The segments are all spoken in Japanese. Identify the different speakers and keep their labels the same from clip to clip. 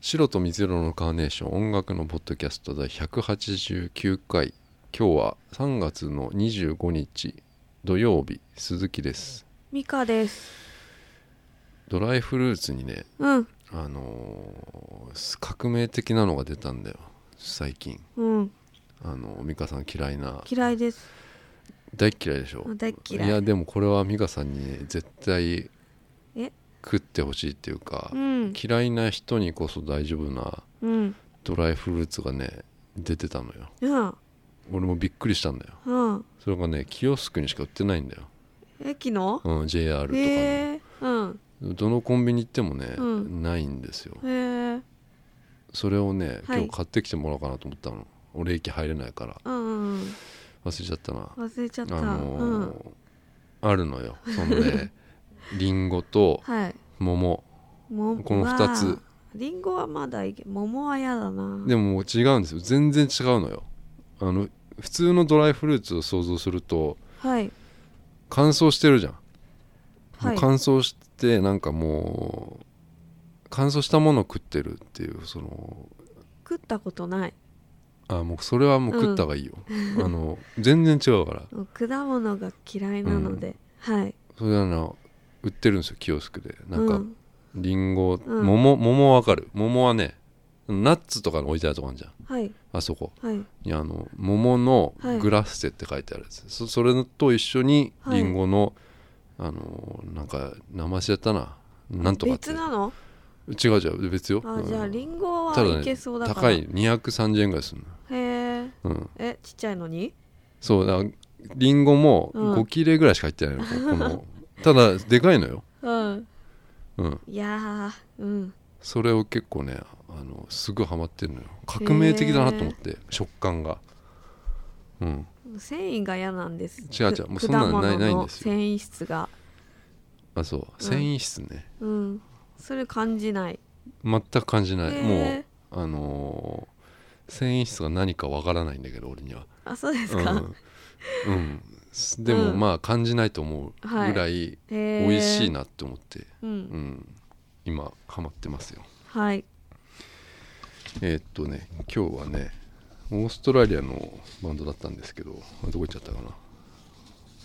Speaker 1: 白と水色のカーネーション音楽のポッドキャスト第189回今日は3月の25日土曜日鈴木です
Speaker 2: ミカです。
Speaker 1: ドライフルーツにね
Speaker 2: うん、
Speaker 1: あのー革命的なのが出たんだよ最近
Speaker 2: うん、
Speaker 1: あの美香さん嫌いな
Speaker 2: 嫌いです。
Speaker 1: 大っ嫌いでしょ
Speaker 2: 大っ嫌い
Speaker 1: やでもこれは美香さんにね絶対
Speaker 2: え
Speaker 1: 食ってほしいっていうか、
Speaker 2: うん、
Speaker 1: 嫌いな人にこそ大丈夫な
Speaker 2: うん、
Speaker 1: ドライフルーツがね出てたのよ
Speaker 2: うん、
Speaker 1: 俺もびっくりしたんだよ
Speaker 2: うん。
Speaker 1: それがねキオスクにしか売ってないんだよ、
Speaker 2: 駅の
Speaker 1: うん、JR とかの、
Speaker 2: へえ、うん、
Speaker 1: どのコンビニ行ってもね、
Speaker 2: うん
Speaker 1: ないんですよ
Speaker 2: へえ、
Speaker 1: それをね今
Speaker 2: はい
Speaker 1: 日買ってきてもらおうかなと思ったの、俺駅入れないから
Speaker 2: うん、うんうん、
Speaker 1: 忘れちゃったな
Speaker 2: 忘れちゃった。
Speaker 1: あの
Speaker 2: う
Speaker 1: ー
Speaker 2: ん、
Speaker 1: あるのよそん でリンゴと
Speaker 2: はい。
Speaker 1: 桃
Speaker 2: も
Speaker 1: この二つ
Speaker 2: わあリンゴはまだいいけ桃は嫌だな。
Speaker 1: でももう違うんですよ全然違うのよあの普通のドライフルーツを想像すると
Speaker 2: はい、
Speaker 1: 乾燥してるじゃん、も
Speaker 2: は
Speaker 1: う
Speaker 2: い。
Speaker 1: 乾燥してなんかもう乾燥したものを食ってるっていうその
Speaker 2: 食ったことない。
Speaker 1: あもうそれはもう食った方がいいよ、あの全然違うから
Speaker 2: もう果物が嫌いなので、はい。
Speaker 1: それなの売ってるんですよキオスクでなん
Speaker 2: う
Speaker 1: かリンゴ、
Speaker 2: うん
Speaker 1: 桃桃わかる桃はねナッツとかの置いてあるとこあるじゃん
Speaker 2: はい、
Speaker 1: あそこ
Speaker 2: はい。
Speaker 1: にあの桃の
Speaker 2: はい
Speaker 1: グラッセって書いてあるやつ、そそれと一緒に
Speaker 2: はい
Speaker 1: リンゴの、あのーなんか名前しちゃったななんとかって
Speaker 2: 別なの
Speaker 1: 違う違う別よ
Speaker 2: あ、じゃあリ
Speaker 1: ン
Speaker 2: ンゴ
Speaker 1: ただ
Speaker 2: は
Speaker 1: ね
Speaker 2: いけそうだから。
Speaker 1: 高い。230円ぐらいする
Speaker 2: へえ、
Speaker 1: のうん
Speaker 2: え、ちっちゃいのに
Speaker 1: そうだからリンゴも
Speaker 2: うん
Speaker 1: 5切れぐらいしか入ってないの、こ のただでかいのよ
Speaker 2: うん。
Speaker 1: うん
Speaker 2: いやー、うん。
Speaker 1: それを結構ねあのすぐハマってるのよ革命的だなと思って食感がうん
Speaker 2: 繊維が嫌なんです
Speaker 1: 違う違うもうそんなのない
Speaker 2: 果物
Speaker 1: ないんですよ
Speaker 2: 繊維質が
Speaker 1: あそう繊維質ね、
Speaker 2: うんそれ感じない、
Speaker 1: 全く感じない、
Speaker 2: へー
Speaker 1: もうあのー繊維質が何かわからないんだけど俺には
Speaker 2: あそうですか、
Speaker 1: うん、うんすでも
Speaker 2: うん
Speaker 1: まあ感じないと思うぐ
Speaker 2: はい
Speaker 1: らい
Speaker 2: へー
Speaker 1: 美味しい、なって思って、う
Speaker 2: う、
Speaker 1: んん、今ハマってますよ
Speaker 2: はい
Speaker 1: えーっとね今日はねオーストラリアのバンドだったんですけどあどこ行っちゃったかな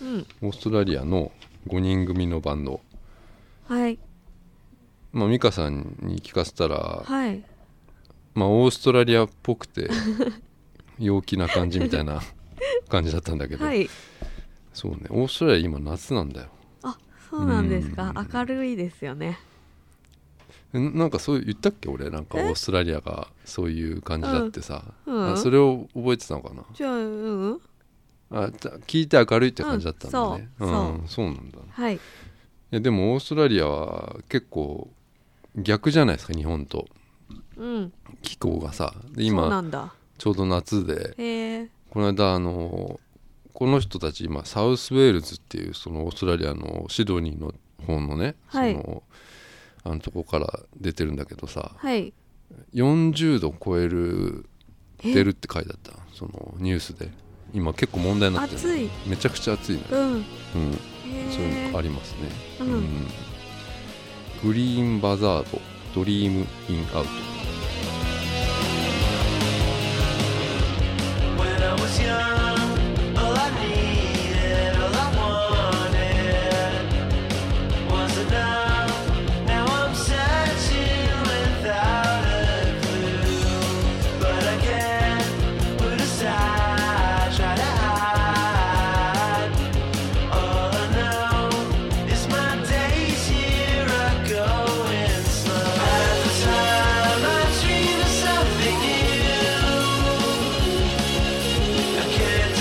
Speaker 2: うん
Speaker 1: オーストラリアの5人組のバンド
Speaker 2: はい
Speaker 1: まあ美香さんに聞かせたら
Speaker 2: はい
Speaker 1: まあオーストラリアっぽく て陽気な感じみたいな 感じだったんだけど、
Speaker 2: はい
Speaker 1: そうねオーストラリア今夏なんだよ
Speaker 2: あそうなんですか
Speaker 1: うん
Speaker 2: 明るいですよね
Speaker 1: えなんかそういう言ったっけ俺なんかオーストラリアがそういう感じだってさ、
Speaker 2: うん
Speaker 1: あそれを覚えてたのかな
Speaker 2: じゃあうん
Speaker 1: あた聞いて明るいって感じだったんだね、
Speaker 2: うんそう
Speaker 1: うん、そうなんだい
Speaker 2: はい
Speaker 1: やでもオーストラリアは結構逆じゃないですか日本と
Speaker 2: うん
Speaker 1: 気候がさで
Speaker 2: そうな
Speaker 1: 今
Speaker 2: んだ
Speaker 1: ちょうど夏で
Speaker 2: へえ
Speaker 1: この間あのこの人たち今サウスウェールズっていうそのオーストラリアのシドニーの方のね、
Speaker 2: はい
Speaker 1: そのあのとこから出てるんだけどさ
Speaker 2: はい
Speaker 1: 40度超える
Speaker 2: え
Speaker 1: 出るって書いてあったそのニュースで今結構問題になってる
Speaker 2: 暑い
Speaker 1: めちゃくちゃ暑いのよ、
Speaker 2: う
Speaker 1: う
Speaker 2: んへ
Speaker 1: ん、
Speaker 2: え
Speaker 1: そういうのありますね、
Speaker 2: う
Speaker 1: うん
Speaker 2: ん、
Speaker 1: グリーンバザードドリームインアウト
Speaker 3: When I was young, all I needed, all I wanted was enough. Now I'm searching without a clue, but I can't put aside, try to hide. All I know is my days here are going slow. At the time, I dreamed of something new. I can't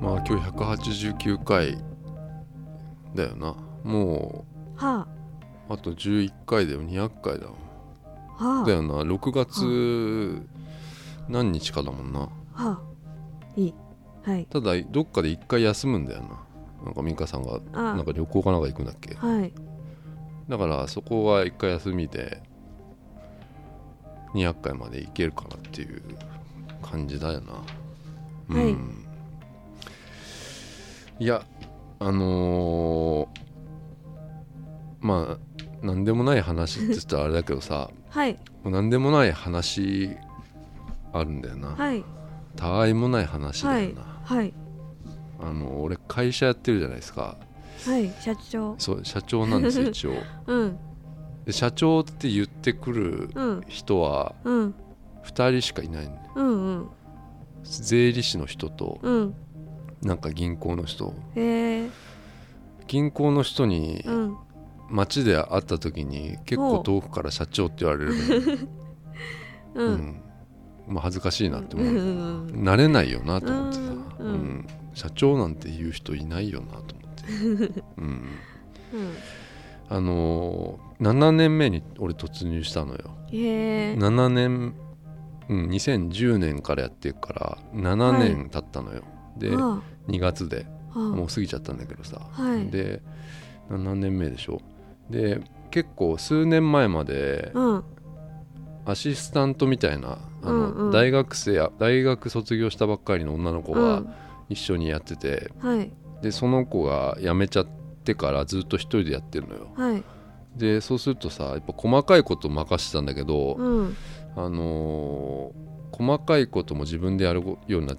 Speaker 1: 今日189回だよなも
Speaker 2: は
Speaker 1: うあと11回だよ200回だも
Speaker 2: あはあ
Speaker 1: んだよな6月何日かだもんな
Speaker 2: はあいいはい
Speaker 1: ただどっかで1回休むんだよななんかミカさんが
Speaker 2: あ
Speaker 1: なんか旅行かなんか行くんだっけ
Speaker 2: はい
Speaker 1: だからそこは1回休みで200回まで行けるかなっていう感じだよな
Speaker 2: はい
Speaker 1: うんいやあのーまあ何でもない話って言ったらあれだけどさ
Speaker 2: はい
Speaker 1: もう何でもない話あるんだよな、
Speaker 2: はい
Speaker 1: たわいもない話だよな、
Speaker 2: はい
Speaker 1: あの俺会社やってるじゃないですか
Speaker 2: はい社長
Speaker 1: そう社長なん ですよ一応
Speaker 2: うん
Speaker 1: で社長って言ってくる
Speaker 2: うん
Speaker 1: 人は
Speaker 2: うん
Speaker 1: 2人しかいないんだよ
Speaker 2: うんうん
Speaker 1: 税理士の人と
Speaker 2: うん
Speaker 1: なんか銀行の人
Speaker 2: へえ
Speaker 1: 銀行の人に
Speaker 2: うん
Speaker 1: 街で会った時に結
Speaker 2: ほ
Speaker 1: 構遠
Speaker 2: う
Speaker 1: くから社長って言われるのよ
Speaker 2: う
Speaker 1: うんんまあ恥ずかしいなって思
Speaker 2: う
Speaker 1: うん
Speaker 2: うん
Speaker 1: 慣れないよなと思ってさ、う
Speaker 2: うんん
Speaker 1: 社長なんて言う人いないよなと思って、 うん、
Speaker 2: うん
Speaker 1: あのー7年目に俺突入したのよ
Speaker 2: へえ
Speaker 1: 7年うん2010年からやってるから7年経ったのよ、で
Speaker 2: は
Speaker 1: 2月で
Speaker 2: あ
Speaker 1: もう
Speaker 2: は
Speaker 1: 過ぎちゃったんだけどさ、
Speaker 2: はい
Speaker 1: で7年目でしょで結構数年前まで
Speaker 2: あうん
Speaker 1: アシスタントみたいなあの、
Speaker 2: うんうん
Speaker 1: 大学生や大学卒業したばっかりの女の子
Speaker 2: う
Speaker 1: が
Speaker 2: ん
Speaker 1: 一緒にやってて、
Speaker 2: はい
Speaker 1: でその子が辞めちゃってからずっと一人でやってるのよ
Speaker 2: はい
Speaker 1: でそうするとさやっぱ細かいこと任してたんだけど、
Speaker 2: うん
Speaker 1: あのー細かいことも自分でやるようにな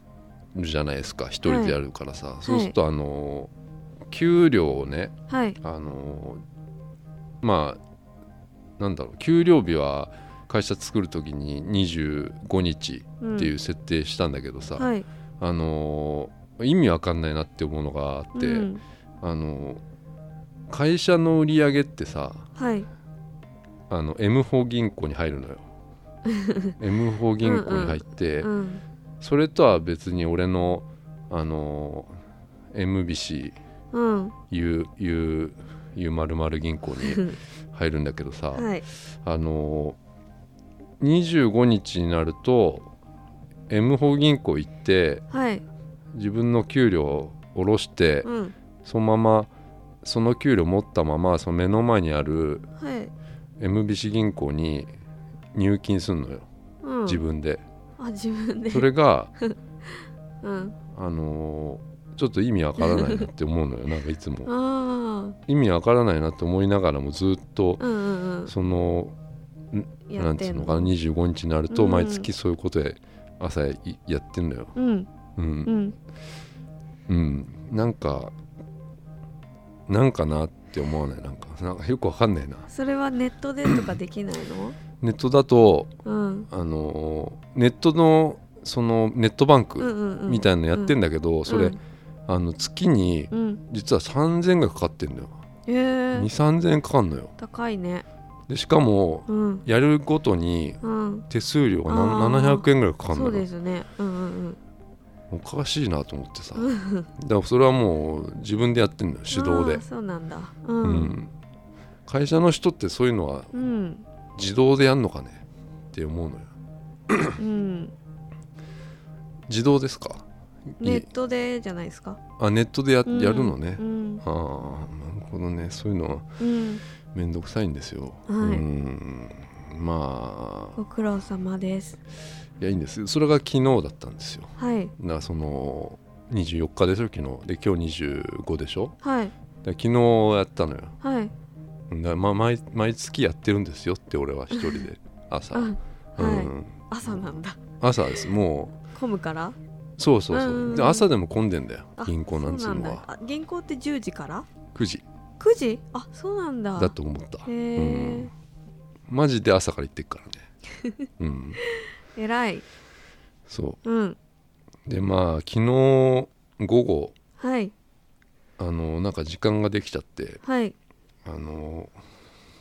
Speaker 1: るじゃないですか一人でやるからさ、そうするとあのー給料をね
Speaker 2: はい
Speaker 1: あのーまあなんだろう給料日は会社作る時に25日
Speaker 2: うん
Speaker 1: っていう設定したんだけどさ、
Speaker 2: はい
Speaker 1: あのー意味わかんないなって思うのがあって、
Speaker 2: うん
Speaker 1: あのー会社の売り上げってさ
Speaker 2: はい
Speaker 1: あの M 法銀行に入るの よ M 法銀行に入って
Speaker 2: うん
Speaker 1: それとは別に俺のあのー MBC
Speaker 2: うん
Speaker 1: ゆゆゆまるまる銀行に入るんだけどさ、
Speaker 2: はい
Speaker 1: あのー25日になると M 法銀行行って
Speaker 2: はい
Speaker 1: 自分の給料を下ろして、
Speaker 2: うん
Speaker 1: そのままその給料持ったままその目の前にある
Speaker 2: はい
Speaker 1: MBC 銀行に入金するのよ、
Speaker 2: うん
Speaker 1: 自分で。
Speaker 2: あ自分で
Speaker 1: それが
Speaker 2: うん
Speaker 1: あのーちょっと意味わからないなって思うのよなんかいつも
Speaker 2: あ
Speaker 1: 意味わからないなって思いながらもずっと
Speaker 2: あうんうん
Speaker 1: その
Speaker 2: うん
Speaker 1: なんつうのかな25日になると
Speaker 2: うん
Speaker 1: 毎月そういうことで朝いやってんのよ
Speaker 2: うん
Speaker 1: うん
Speaker 2: うん
Speaker 1: うんなんかなんかなって思わないなんかなんかよくわかんないな
Speaker 2: それはネットでとかできないの
Speaker 1: ネットだと
Speaker 2: うん
Speaker 1: あのーネットのそのネットバン
Speaker 2: うん
Speaker 1: ク
Speaker 2: うんうん
Speaker 1: みたいなのやってんだけどそれ
Speaker 2: うん
Speaker 1: あの月に
Speaker 2: うん
Speaker 1: 実は3000がかかってんのよ
Speaker 2: へえ
Speaker 1: 23000円かかんのよ
Speaker 2: 高いね
Speaker 1: でしかも
Speaker 2: うん
Speaker 1: やるごとに
Speaker 2: うん
Speaker 1: 手数料がな
Speaker 2: あー
Speaker 1: 700円ぐらいかかる
Speaker 2: そう
Speaker 1: の
Speaker 2: で
Speaker 1: よ
Speaker 2: すねうんうん
Speaker 1: おかしいなと思ってさ
Speaker 2: う
Speaker 1: だか
Speaker 2: ん
Speaker 1: らそれはもう自分でやってんのよ手動
Speaker 2: あ
Speaker 1: で
Speaker 2: ー、そうなんだう
Speaker 1: うんん、会社の人ってそういうのは
Speaker 2: うん
Speaker 1: 自動でやんのかねって思うのよ
Speaker 2: うん
Speaker 1: 自動ですか
Speaker 2: ネットでじゃないですか
Speaker 1: あネットでや,、
Speaker 2: うん
Speaker 1: やるのね
Speaker 2: うん
Speaker 1: ああなるほどねそういうのは
Speaker 2: うん
Speaker 1: めんどくさいんですよ、
Speaker 2: はい
Speaker 1: うんまあ
Speaker 2: ご苦労様です
Speaker 1: いやいいんですそれが昨日だったんですよ
Speaker 2: はい
Speaker 1: だからその24日でしょ昨日で今日25でしょ
Speaker 2: はい
Speaker 1: だから昨日やったのよ
Speaker 2: はい
Speaker 1: だからまあ毎毎月やってるんですよって俺は一人 で朝、
Speaker 2: あ
Speaker 1: うん
Speaker 2: はい朝なんだ
Speaker 1: 朝ですも
Speaker 2: 混むから
Speaker 1: うそうそうそう、
Speaker 2: うん
Speaker 1: で朝でも混んでんだよ
Speaker 2: あ
Speaker 1: 銀行なんつ
Speaker 2: そうう
Speaker 1: の
Speaker 2: だ
Speaker 1: は
Speaker 2: あ銀行って10時から
Speaker 1: 9時
Speaker 2: ?9 時あそうなんだ
Speaker 1: だと思った、
Speaker 2: へ
Speaker 1: う
Speaker 2: え
Speaker 1: ん、マジで朝から行ってっ からねうん
Speaker 2: 偉い
Speaker 1: そ
Speaker 2: うん
Speaker 1: うでまあ昨日午後
Speaker 2: はい
Speaker 1: あのなんか時間ができちゃって
Speaker 2: はい
Speaker 1: あの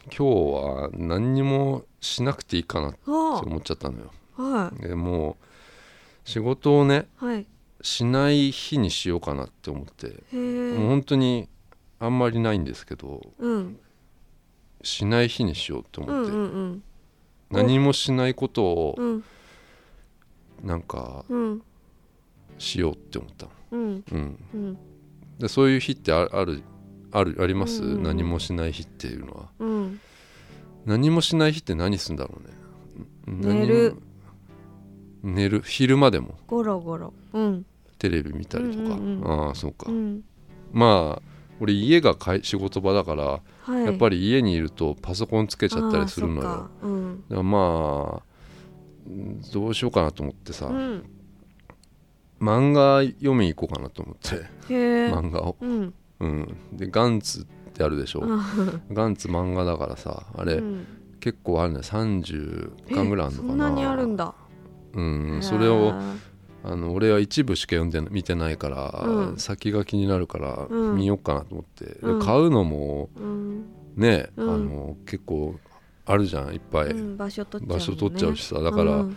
Speaker 1: 今日は何にもしなくていいかなって
Speaker 2: おー
Speaker 1: 思っちゃったのよ
Speaker 2: は
Speaker 1: でもう仕事をね
Speaker 2: いはい
Speaker 1: しない日にしようかなって思って、
Speaker 2: へ
Speaker 1: もう
Speaker 2: え
Speaker 1: 本当にあんまりないんですけど
Speaker 2: うん
Speaker 1: しない日にしようって思
Speaker 2: うん
Speaker 1: っ
Speaker 2: う
Speaker 1: て、
Speaker 2: ん
Speaker 1: 何もしないことを
Speaker 2: うん
Speaker 1: なんか
Speaker 2: うん
Speaker 1: しようって思ったの
Speaker 2: うん
Speaker 1: うん、
Speaker 2: うん
Speaker 1: でそういう日ってああるあるあります、
Speaker 2: うんうんうん
Speaker 1: 何もしない日っていうのは
Speaker 2: うん
Speaker 1: 何もしない日って何するんだろうね何も
Speaker 2: 寝る
Speaker 1: 寝る昼間でも
Speaker 2: ゴロゴロうん
Speaker 1: テレビ見たりとか、
Speaker 2: うんうんう
Speaker 1: ああそうか、
Speaker 2: うん
Speaker 1: まあ俺家がかい仕事場だから、
Speaker 2: はい
Speaker 1: やっぱ
Speaker 2: り
Speaker 1: り家にいるとパソコンつけちゃったりするのよだか
Speaker 2: うん
Speaker 1: らまあうんどうしようかなと思ってさ、
Speaker 2: うん
Speaker 1: 漫画読みに行こうかなと思って
Speaker 2: へえ
Speaker 1: 漫画を、
Speaker 2: うん
Speaker 1: うん、でガンツってあるでしょ、ガンツ漫画だからさあれ、
Speaker 2: うん
Speaker 1: 結構あるね30巻ぐらいあるのかな
Speaker 2: えそんなにあるんだ
Speaker 1: うん
Speaker 2: へ、ー
Speaker 1: それをあの俺は一部しか読んでな見てないから、
Speaker 2: うん
Speaker 1: 先が気になるから
Speaker 2: うん
Speaker 1: 見ようかなと思って、で
Speaker 2: うん
Speaker 1: 買うのも
Speaker 2: うん
Speaker 1: ね、
Speaker 2: うん
Speaker 1: あの結構あるじゃんいっぱい、
Speaker 2: うん場所取っちゃうもんね
Speaker 1: 場所取っちゃうしさだから、
Speaker 2: うん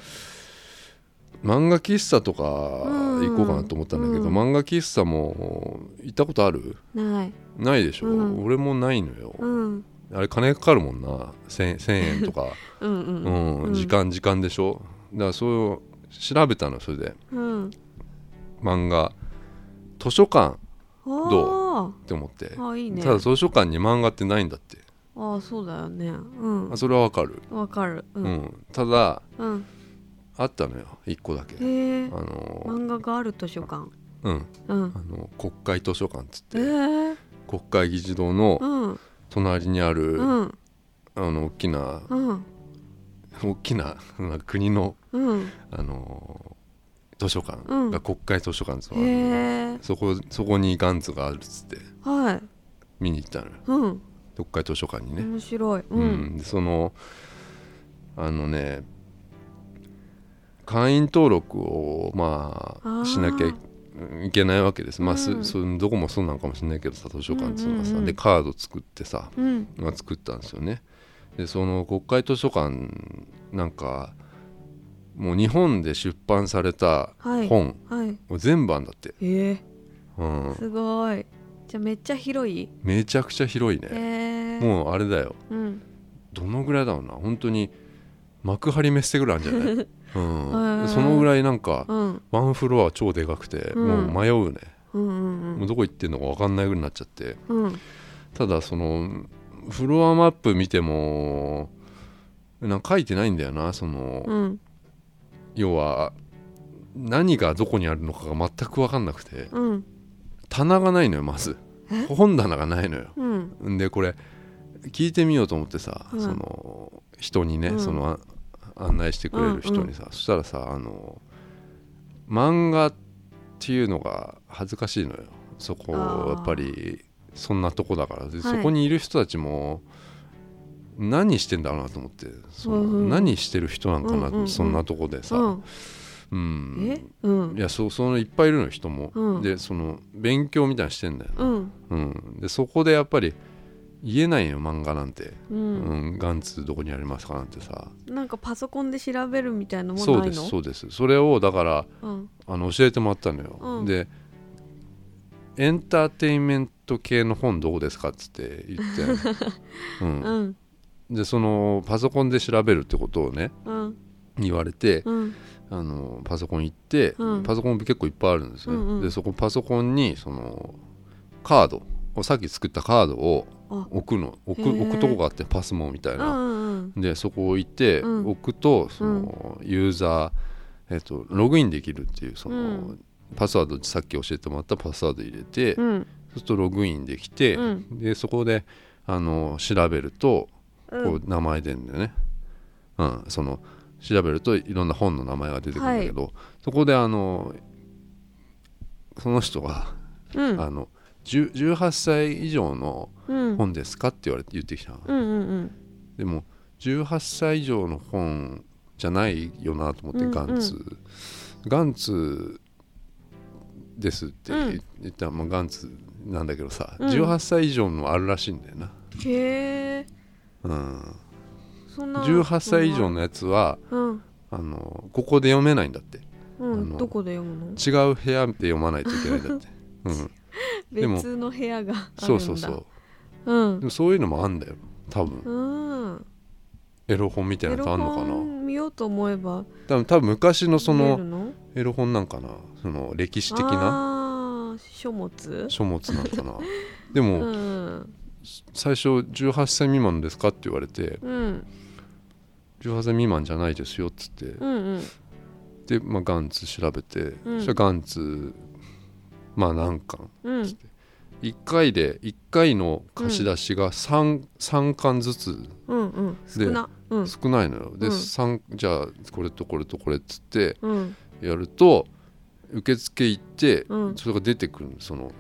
Speaker 1: 漫画喫茶とか
Speaker 2: ん
Speaker 1: 行こうかなと思ったんだけど、
Speaker 2: うん
Speaker 1: 漫画喫茶も行ったことある
Speaker 2: ない
Speaker 1: ないでしょ、
Speaker 2: うん
Speaker 1: 俺もないのよ、
Speaker 2: うん
Speaker 1: あれ金かかるもんな 1000, 1000円とか、
Speaker 2: うんう
Speaker 1: うんん
Speaker 2: うん
Speaker 1: 時間時間でしょだからそう調べたのそれで
Speaker 2: うん
Speaker 1: 漫画図書館
Speaker 2: ど
Speaker 1: って思って
Speaker 2: ああいいね
Speaker 1: ただ図書館に漫画ってないんだって、
Speaker 2: ああそうだよねうん
Speaker 1: あそれはわかる、
Speaker 2: わかるう
Speaker 1: うん
Speaker 2: ん
Speaker 1: ただ
Speaker 2: うん
Speaker 1: あったのよ1個だけあ
Speaker 2: へえ
Speaker 1: の
Speaker 2: 漫画がある図書館
Speaker 1: うん
Speaker 2: うん
Speaker 1: あの国会図書館っつって、
Speaker 2: ええ
Speaker 1: 国会議事堂の
Speaker 2: うん
Speaker 1: 隣にある、
Speaker 2: うん
Speaker 1: あの大きな
Speaker 2: うん
Speaker 1: 大きななんか国の
Speaker 2: うん
Speaker 1: あの図書館
Speaker 2: うん
Speaker 1: が国会図書館っつうのがあるのよ
Speaker 2: へえ
Speaker 1: そこそこにガンツがあるっつって
Speaker 2: はい
Speaker 1: 見に行ったのよ
Speaker 2: うん
Speaker 1: 国会図書館にね、
Speaker 2: 面白いう
Speaker 1: うんん、そのあのね会員登録をま
Speaker 2: あ
Speaker 1: あ
Speaker 2: ー
Speaker 1: しなきゃいいけないわけです、まあす
Speaker 2: うん
Speaker 1: そどこもそうなのかもしれないけどさ図書館っていうのはさ、
Speaker 2: うんうんうん
Speaker 1: でカード作ってさ、
Speaker 2: うん
Speaker 1: まあ、作ったんですよねでその国会図書館なんかもう日本で出版された
Speaker 2: はい
Speaker 1: 本
Speaker 2: はい
Speaker 1: を全部あんだって、
Speaker 2: へえ
Speaker 1: うん、
Speaker 2: すごいじゃあめっちゃ広い
Speaker 1: めちゃくちゃ広い
Speaker 2: へ
Speaker 1: ね
Speaker 2: え
Speaker 1: もうあれだよ
Speaker 2: うん
Speaker 1: どのぐらいだろうな本当に幕張メッセぐらいあるんじゃない、う ん
Speaker 2: へー
Speaker 1: そのぐらいなんか
Speaker 2: うん
Speaker 1: ワンフロア超でかくて、
Speaker 2: うん
Speaker 1: もう迷うね
Speaker 2: うんうん
Speaker 1: もうどこ行ってんのか分かんないぐらいになっちゃって
Speaker 2: うんうん
Speaker 1: ただそのフロアマップ見てもなんか書いてないんだよなその、
Speaker 2: うん
Speaker 1: 要は何がどこにあるのかが全く分かんなくて
Speaker 2: うん
Speaker 1: 棚がないのよまず
Speaker 2: え
Speaker 1: 本棚がないのよ
Speaker 2: うん
Speaker 1: んでこれ聞いてみようと思ってさ、
Speaker 2: うん
Speaker 1: その人にね、
Speaker 2: うん
Speaker 1: そのあ案内してくれる人にさ、そしたらさあの漫画っていうのが恥ずかしいのよそこ
Speaker 2: あー
Speaker 1: やっぱりそんなとこだからで
Speaker 2: い
Speaker 1: そこにいる人たちも何してんだろうなと思ってその、
Speaker 2: うんうん
Speaker 1: 何してる人なんかな、
Speaker 2: うんうんうん
Speaker 1: そんなとこでさ、
Speaker 2: うん
Speaker 1: うん
Speaker 2: えうん
Speaker 1: いやそそのいっぱいいるのよ人も、
Speaker 2: うん
Speaker 1: でその勉強みたいなのしてんだよ
Speaker 2: うん
Speaker 1: うん、でそこでやっぱり言えないよ漫画なんて、う
Speaker 2: う
Speaker 1: ん
Speaker 2: ん
Speaker 1: ガンツどこにありますかなんてさ
Speaker 2: なんかパソコンで調べるみたいなもん
Speaker 1: そう
Speaker 2: ない
Speaker 1: で
Speaker 2: の
Speaker 1: すそうですそれをだから
Speaker 2: うん
Speaker 1: あの教えてもらったのよ、
Speaker 2: うん
Speaker 1: でエンターテインメント系の本どこですかっつって言 って、う、
Speaker 2: うんん
Speaker 1: でそのパソコンで調べるってことをね
Speaker 2: うん
Speaker 1: 言われて、
Speaker 2: うん
Speaker 1: あのパソコン行って、
Speaker 2: うん
Speaker 1: パソコン結構いっぱいあるんですよ、
Speaker 2: うんうん
Speaker 1: でそこパソコンにそのカードをさっき作ったカードを
Speaker 2: あ
Speaker 1: 置くの置
Speaker 2: へ
Speaker 1: く
Speaker 2: ー
Speaker 1: 置くとこがあってパスモみたい
Speaker 2: うん
Speaker 1: な、
Speaker 2: うん
Speaker 1: でそこを置いて、
Speaker 2: うん
Speaker 1: 置くとその、ユーザー、えっとログインできるっていうその、
Speaker 2: うん
Speaker 1: パスワードさっき教えてもらったパスワード入れて、
Speaker 2: う
Speaker 1: そうんするとログインできて、
Speaker 2: う
Speaker 1: でそこであの調べると
Speaker 2: う
Speaker 1: こ
Speaker 2: ん
Speaker 1: う名前出るんだよね、うんその調べるといろんな本の名前が出てくるんだけど、そこであのその人が、
Speaker 2: うん
Speaker 1: あの10 18歳以上の
Speaker 2: うん
Speaker 1: 本ですかって言われて言ってきたの、
Speaker 2: うんうん
Speaker 1: でも18歳以上の本じゃないよなと思って、
Speaker 2: うん
Speaker 1: ガンツ、ガンツですって
Speaker 2: うん
Speaker 1: 言ったら、まあ、ガンツなんだけどさ、
Speaker 2: うん
Speaker 1: 18歳以上のあるらしいんだよな、
Speaker 2: へえ
Speaker 1: うん、
Speaker 2: そんな
Speaker 1: 18歳以上のやつは、
Speaker 2: うん
Speaker 1: あのここで読めないんだって
Speaker 2: う
Speaker 1: あ
Speaker 2: ん
Speaker 1: の
Speaker 2: どこで読むの
Speaker 1: 違う部屋で読まないといけないんだっ て、うん、でも
Speaker 2: 別の部屋があるんだ
Speaker 1: そうそうそう
Speaker 2: うん
Speaker 1: でもそういうのもあんだよ多分
Speaker 2: うん
Speaker 1: エロ本みたい
Speaker 2: エ
Speaker 1: なの
Speaker 2: ロ
Speaker 1: とあんのかな
Speaker 2: 本見ようと思えば
Speaker 1: 多分多分昔のそ
Speaker 2: 出
Speaker 1: の
Speaker 2: るの
Speaker 1: エロ本なんかなその歴史的な
Speaker 2: な書物
Speaker 1: 書物なのかなで
Speaker 2: う
Speaker 1: も、
Speaker 2: ん
Speaker 1: 最初18歳未満ですかって言われて
Speaker 2: うん
Speaker 1: 18歳未満じゃないですよっつって、
Speaker 2: うんうん
Speaker 1: で、まあ、ガンツ調べて、
Speaker 2: うん
Speaker 1: そしたらガンツまあ何巻
Speaker 2: うん
Speaker 1: 1回で1回の貸し出しが 3,、三巻ずつ
Speaker 2: うんうん少
Speaker 1: で
Speaker 2: なうん
Speaker 1: 少ないのよ、
Speaker 2: う
Speaker 1: で
Speaker 2: ん
Speaker 1: 三じゃあこれとこれとこれっつって
Speaker 2: うん
Speaker 1: やると受付行って、
Speaker 2: うん
Speaker 1: それが出てくるのその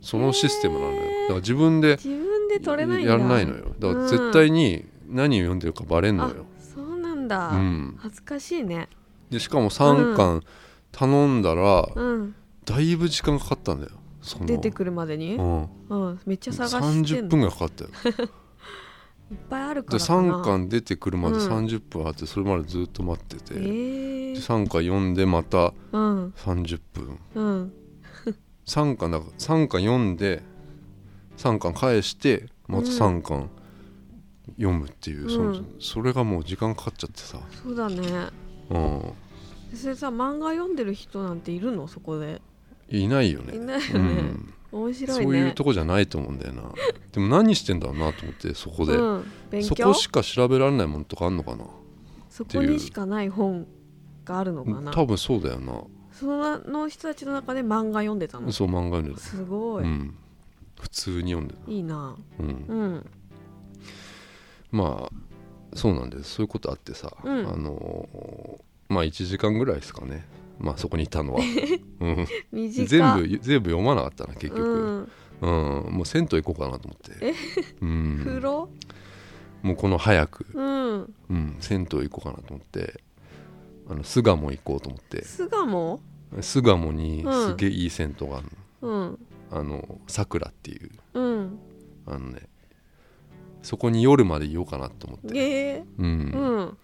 Speaker 1: そのシステムなのよ、
Speaker 2: へー
Speaker 1: だから自分で
Speaker 2: 自分で取れないんだ
Speaker 1: やらないのよだから
Speaker 2: うん
Speaker 1: 絶対に何を読んでるかバレんの
Speaker 2: あ
Speaker 1: よ、
Speaker 2: そうなん
Speaker 1: う
Speaker 2: だ
Speaker 1: ん、
Speaker 2: 恥ずかしいね
Speaker 1: でしかも3巻頼んだら、
Speaker 2: うん
Speaker 1: だいぶ時間かかったんだよその
Speaker 2: 出てくるまでに
Speaker 1: うん、
Speaker 2: うんめっちゃ探して
Speaker 1: 30
Speaker 2: んのいっ
Speaker 1: 分ぐらいかかったよ
Speaker 2: ぱいあるか
Speaker 1: で
Speaker 2: らかな
Speaker 1: 3巻出てくるまで
Speaker 2: うん
Speaker 1: 30分あってそれまでずっと待ってて、
Speaker 2: えー
Speaker 1: で3巻読んでまた
Speaker 2: うん
Speaker 1: 30分
Speaker 2: うん
Speaker 1: 3巻だから3巻読んで3巻返してまた
Speaker 2: うん
Speaker 1: 3巻読むっていう、その
Speaker 2: うん
Speaker 1: それがもう時間かかっちゃってさ、
Speaker 2: そうだね
Speaker 1: うん、
Speaker 2: それさ漫画読んでる人なんているのそこで
Speaker 1: いないよね
Speaker 2: いないよ
Speaker 1: う
Speaker 2: ね、
Speaker 1: ん、
Speaker 2: 面白い
Speaker 1: そ
Speaker 2: ね
Speaker 1: ういうとこじゃないと思うんだよなでも何してんだろうなと思ってそこで、
Speaker 2: うん、勉
Speaker 1: そ
Speaker 2: 強
Speaker 1: こし
Speaker 2: そこ
Speaker 1: か調べられないものとかあんのかな
Speaker 2: にしかない本があるのかな
Speaker 1: 多分そうだよな
Speaker 2: そのの人たちの中で漫画読んでたの
Speaker 1: そう漫画読んでた
Speaker 2: すごい、
Speaker 1: うん、普通に読んでた、
Speaker 2: いいな
Speaker 1: うん
Speaker 2: うん
Speaker 1: まあそうなんですそういうことあってさ、
Speaker 2: うん
Speaker 1: あのーまあ1時間ぐらいですかねまあそこにい たのは、うん、
Speaker 2: 短い
Speaker 1: 全部全部読まなかったな結局、
Speaker 2: うん、
Speaker 1: うんもう銭湯行こうかなと思って、う
Speaker 2: 風
Speaker 1: ん、
Speaker 2: 呂
Speaker 1: もうこの早く、
Speaker 2: うん
Speaker 1: うん、銭湯行こうかなと思ってあの巣鴨行こうと思って
Speaker 2: 巣鴨
Speaker 1: 巣鴨に
Speaker 2: うん
Speaker 1: すげえいい銭湯がある
Speaker 2: うん
Speaker 1: の,、あのさくらっていう
Speaker 2: うん
Speaker 1: あのねそこに夜までいようかなと思って、
Speaker 2: え
Speaker 1: う
Speaker 2: ー、
Speaker 1: ん
Speaker 2: うん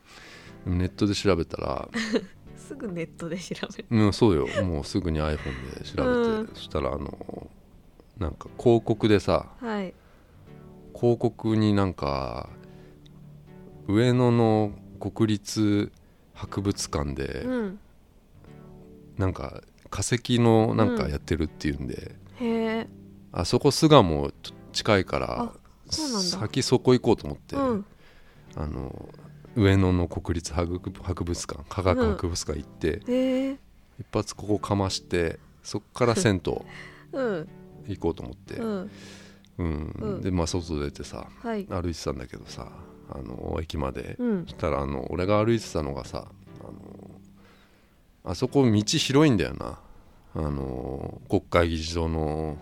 Speaker 1: ネットで調べたら、
Speaker 2: すぐネットで調べる
Speaker 1: うん、そうよもうすぐに iPhone で調べて、
Speaker 2: うん
Speaker 1: そしたらあのなんか広告でさ
Speaker 2: はい
Speaker 1: 広告になんか上野の国立博物館で
Speaker 2: うん
Speaker 1: なんか化石のなんかやってるっていうんで、
Speaker 2: へえ
Speaker 1: あそこ巣鴨と近いから
Speaker 2: あそうなんだ
Speaker 1: 先そこ行こうと思って、
Speaker 2: うん
Speaker 1: あの上野の国立博博物館科学博物館行って、
Speaker 2: へえ
Speaker 1: 一発ここかましてそっから銭湯
Speaker 2: うん
Speaker 1: 行こうと思って、
Speaker 2: うん
Speaker 1: うん
Speaker 2: うん
Speaker 1: でまあ外出てさ
Speaker 2: はい
Speaker 1: 歩いてたんだけどさあの駅まで、
Speaker 2: うん
Speaker 1: そしたらあの俺が歩いてたのがさあのあそこ道広いんだよなあの国会議事堂の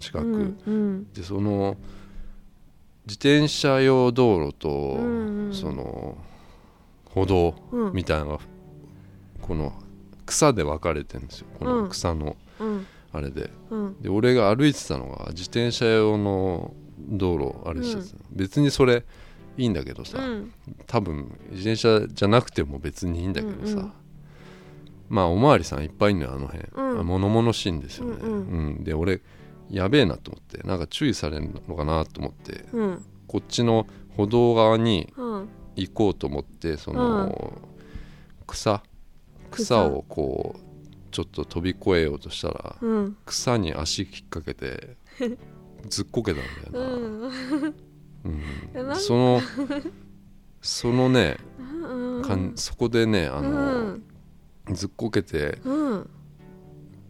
Speaker 1: 近く、
Speaker 2: うんうん
Speaker 1: でその自転車用道路と、
Speaker 2: うんうん
Speaker 1: その歩道
Speaker 2: うん
Speaker 1: みたいなのが、この草で分かれてるんですよこ
Speaker 2: う
Speaker 1: の
Speaker 2: ん
Speaker 1: 草の
Speaker 2: うん
Speaker 1: あれで、
Speaker 2: うん
Speaker 1: で俺が歩いてたのが自転車用の道路を歩いてたんですよ、別にそれいいんだけどさ、
Speaker 2: うん
Speaker 1: 多分自転車じゃなくても別にいいんだけどさ、
Speaker 2: うんうん
Speaker 1: まあおまわりさんいっぱいいるのよあの辺、
Speaker 2: うん
Speaker 1: あ物々しいんですよね、
Speaker 2: うんう
Speaker 1: うんで俺やべえなと思ってなんか注意されるのかなと思って
Speaker 2: うん
Speaker 1: こっちの歩道側に
Speaker 2: うん
Speaker 1: 行こうと思ってその、草草をこうちょっと飛び越えようとしたら、
Speaker 2: うん
Speaker 1: 草に足引っ掛け てずっこけたんだよな、
Speaker 2: うん
Speaker 1: うん
Speaker 2: えなんか
Speaker 1: そのそのね
Speaker 2: うん
Speaker 1: かんそこでねあの、
Speaker 2: うん
Speaker 1: ずっこけて
Speaker 2: うん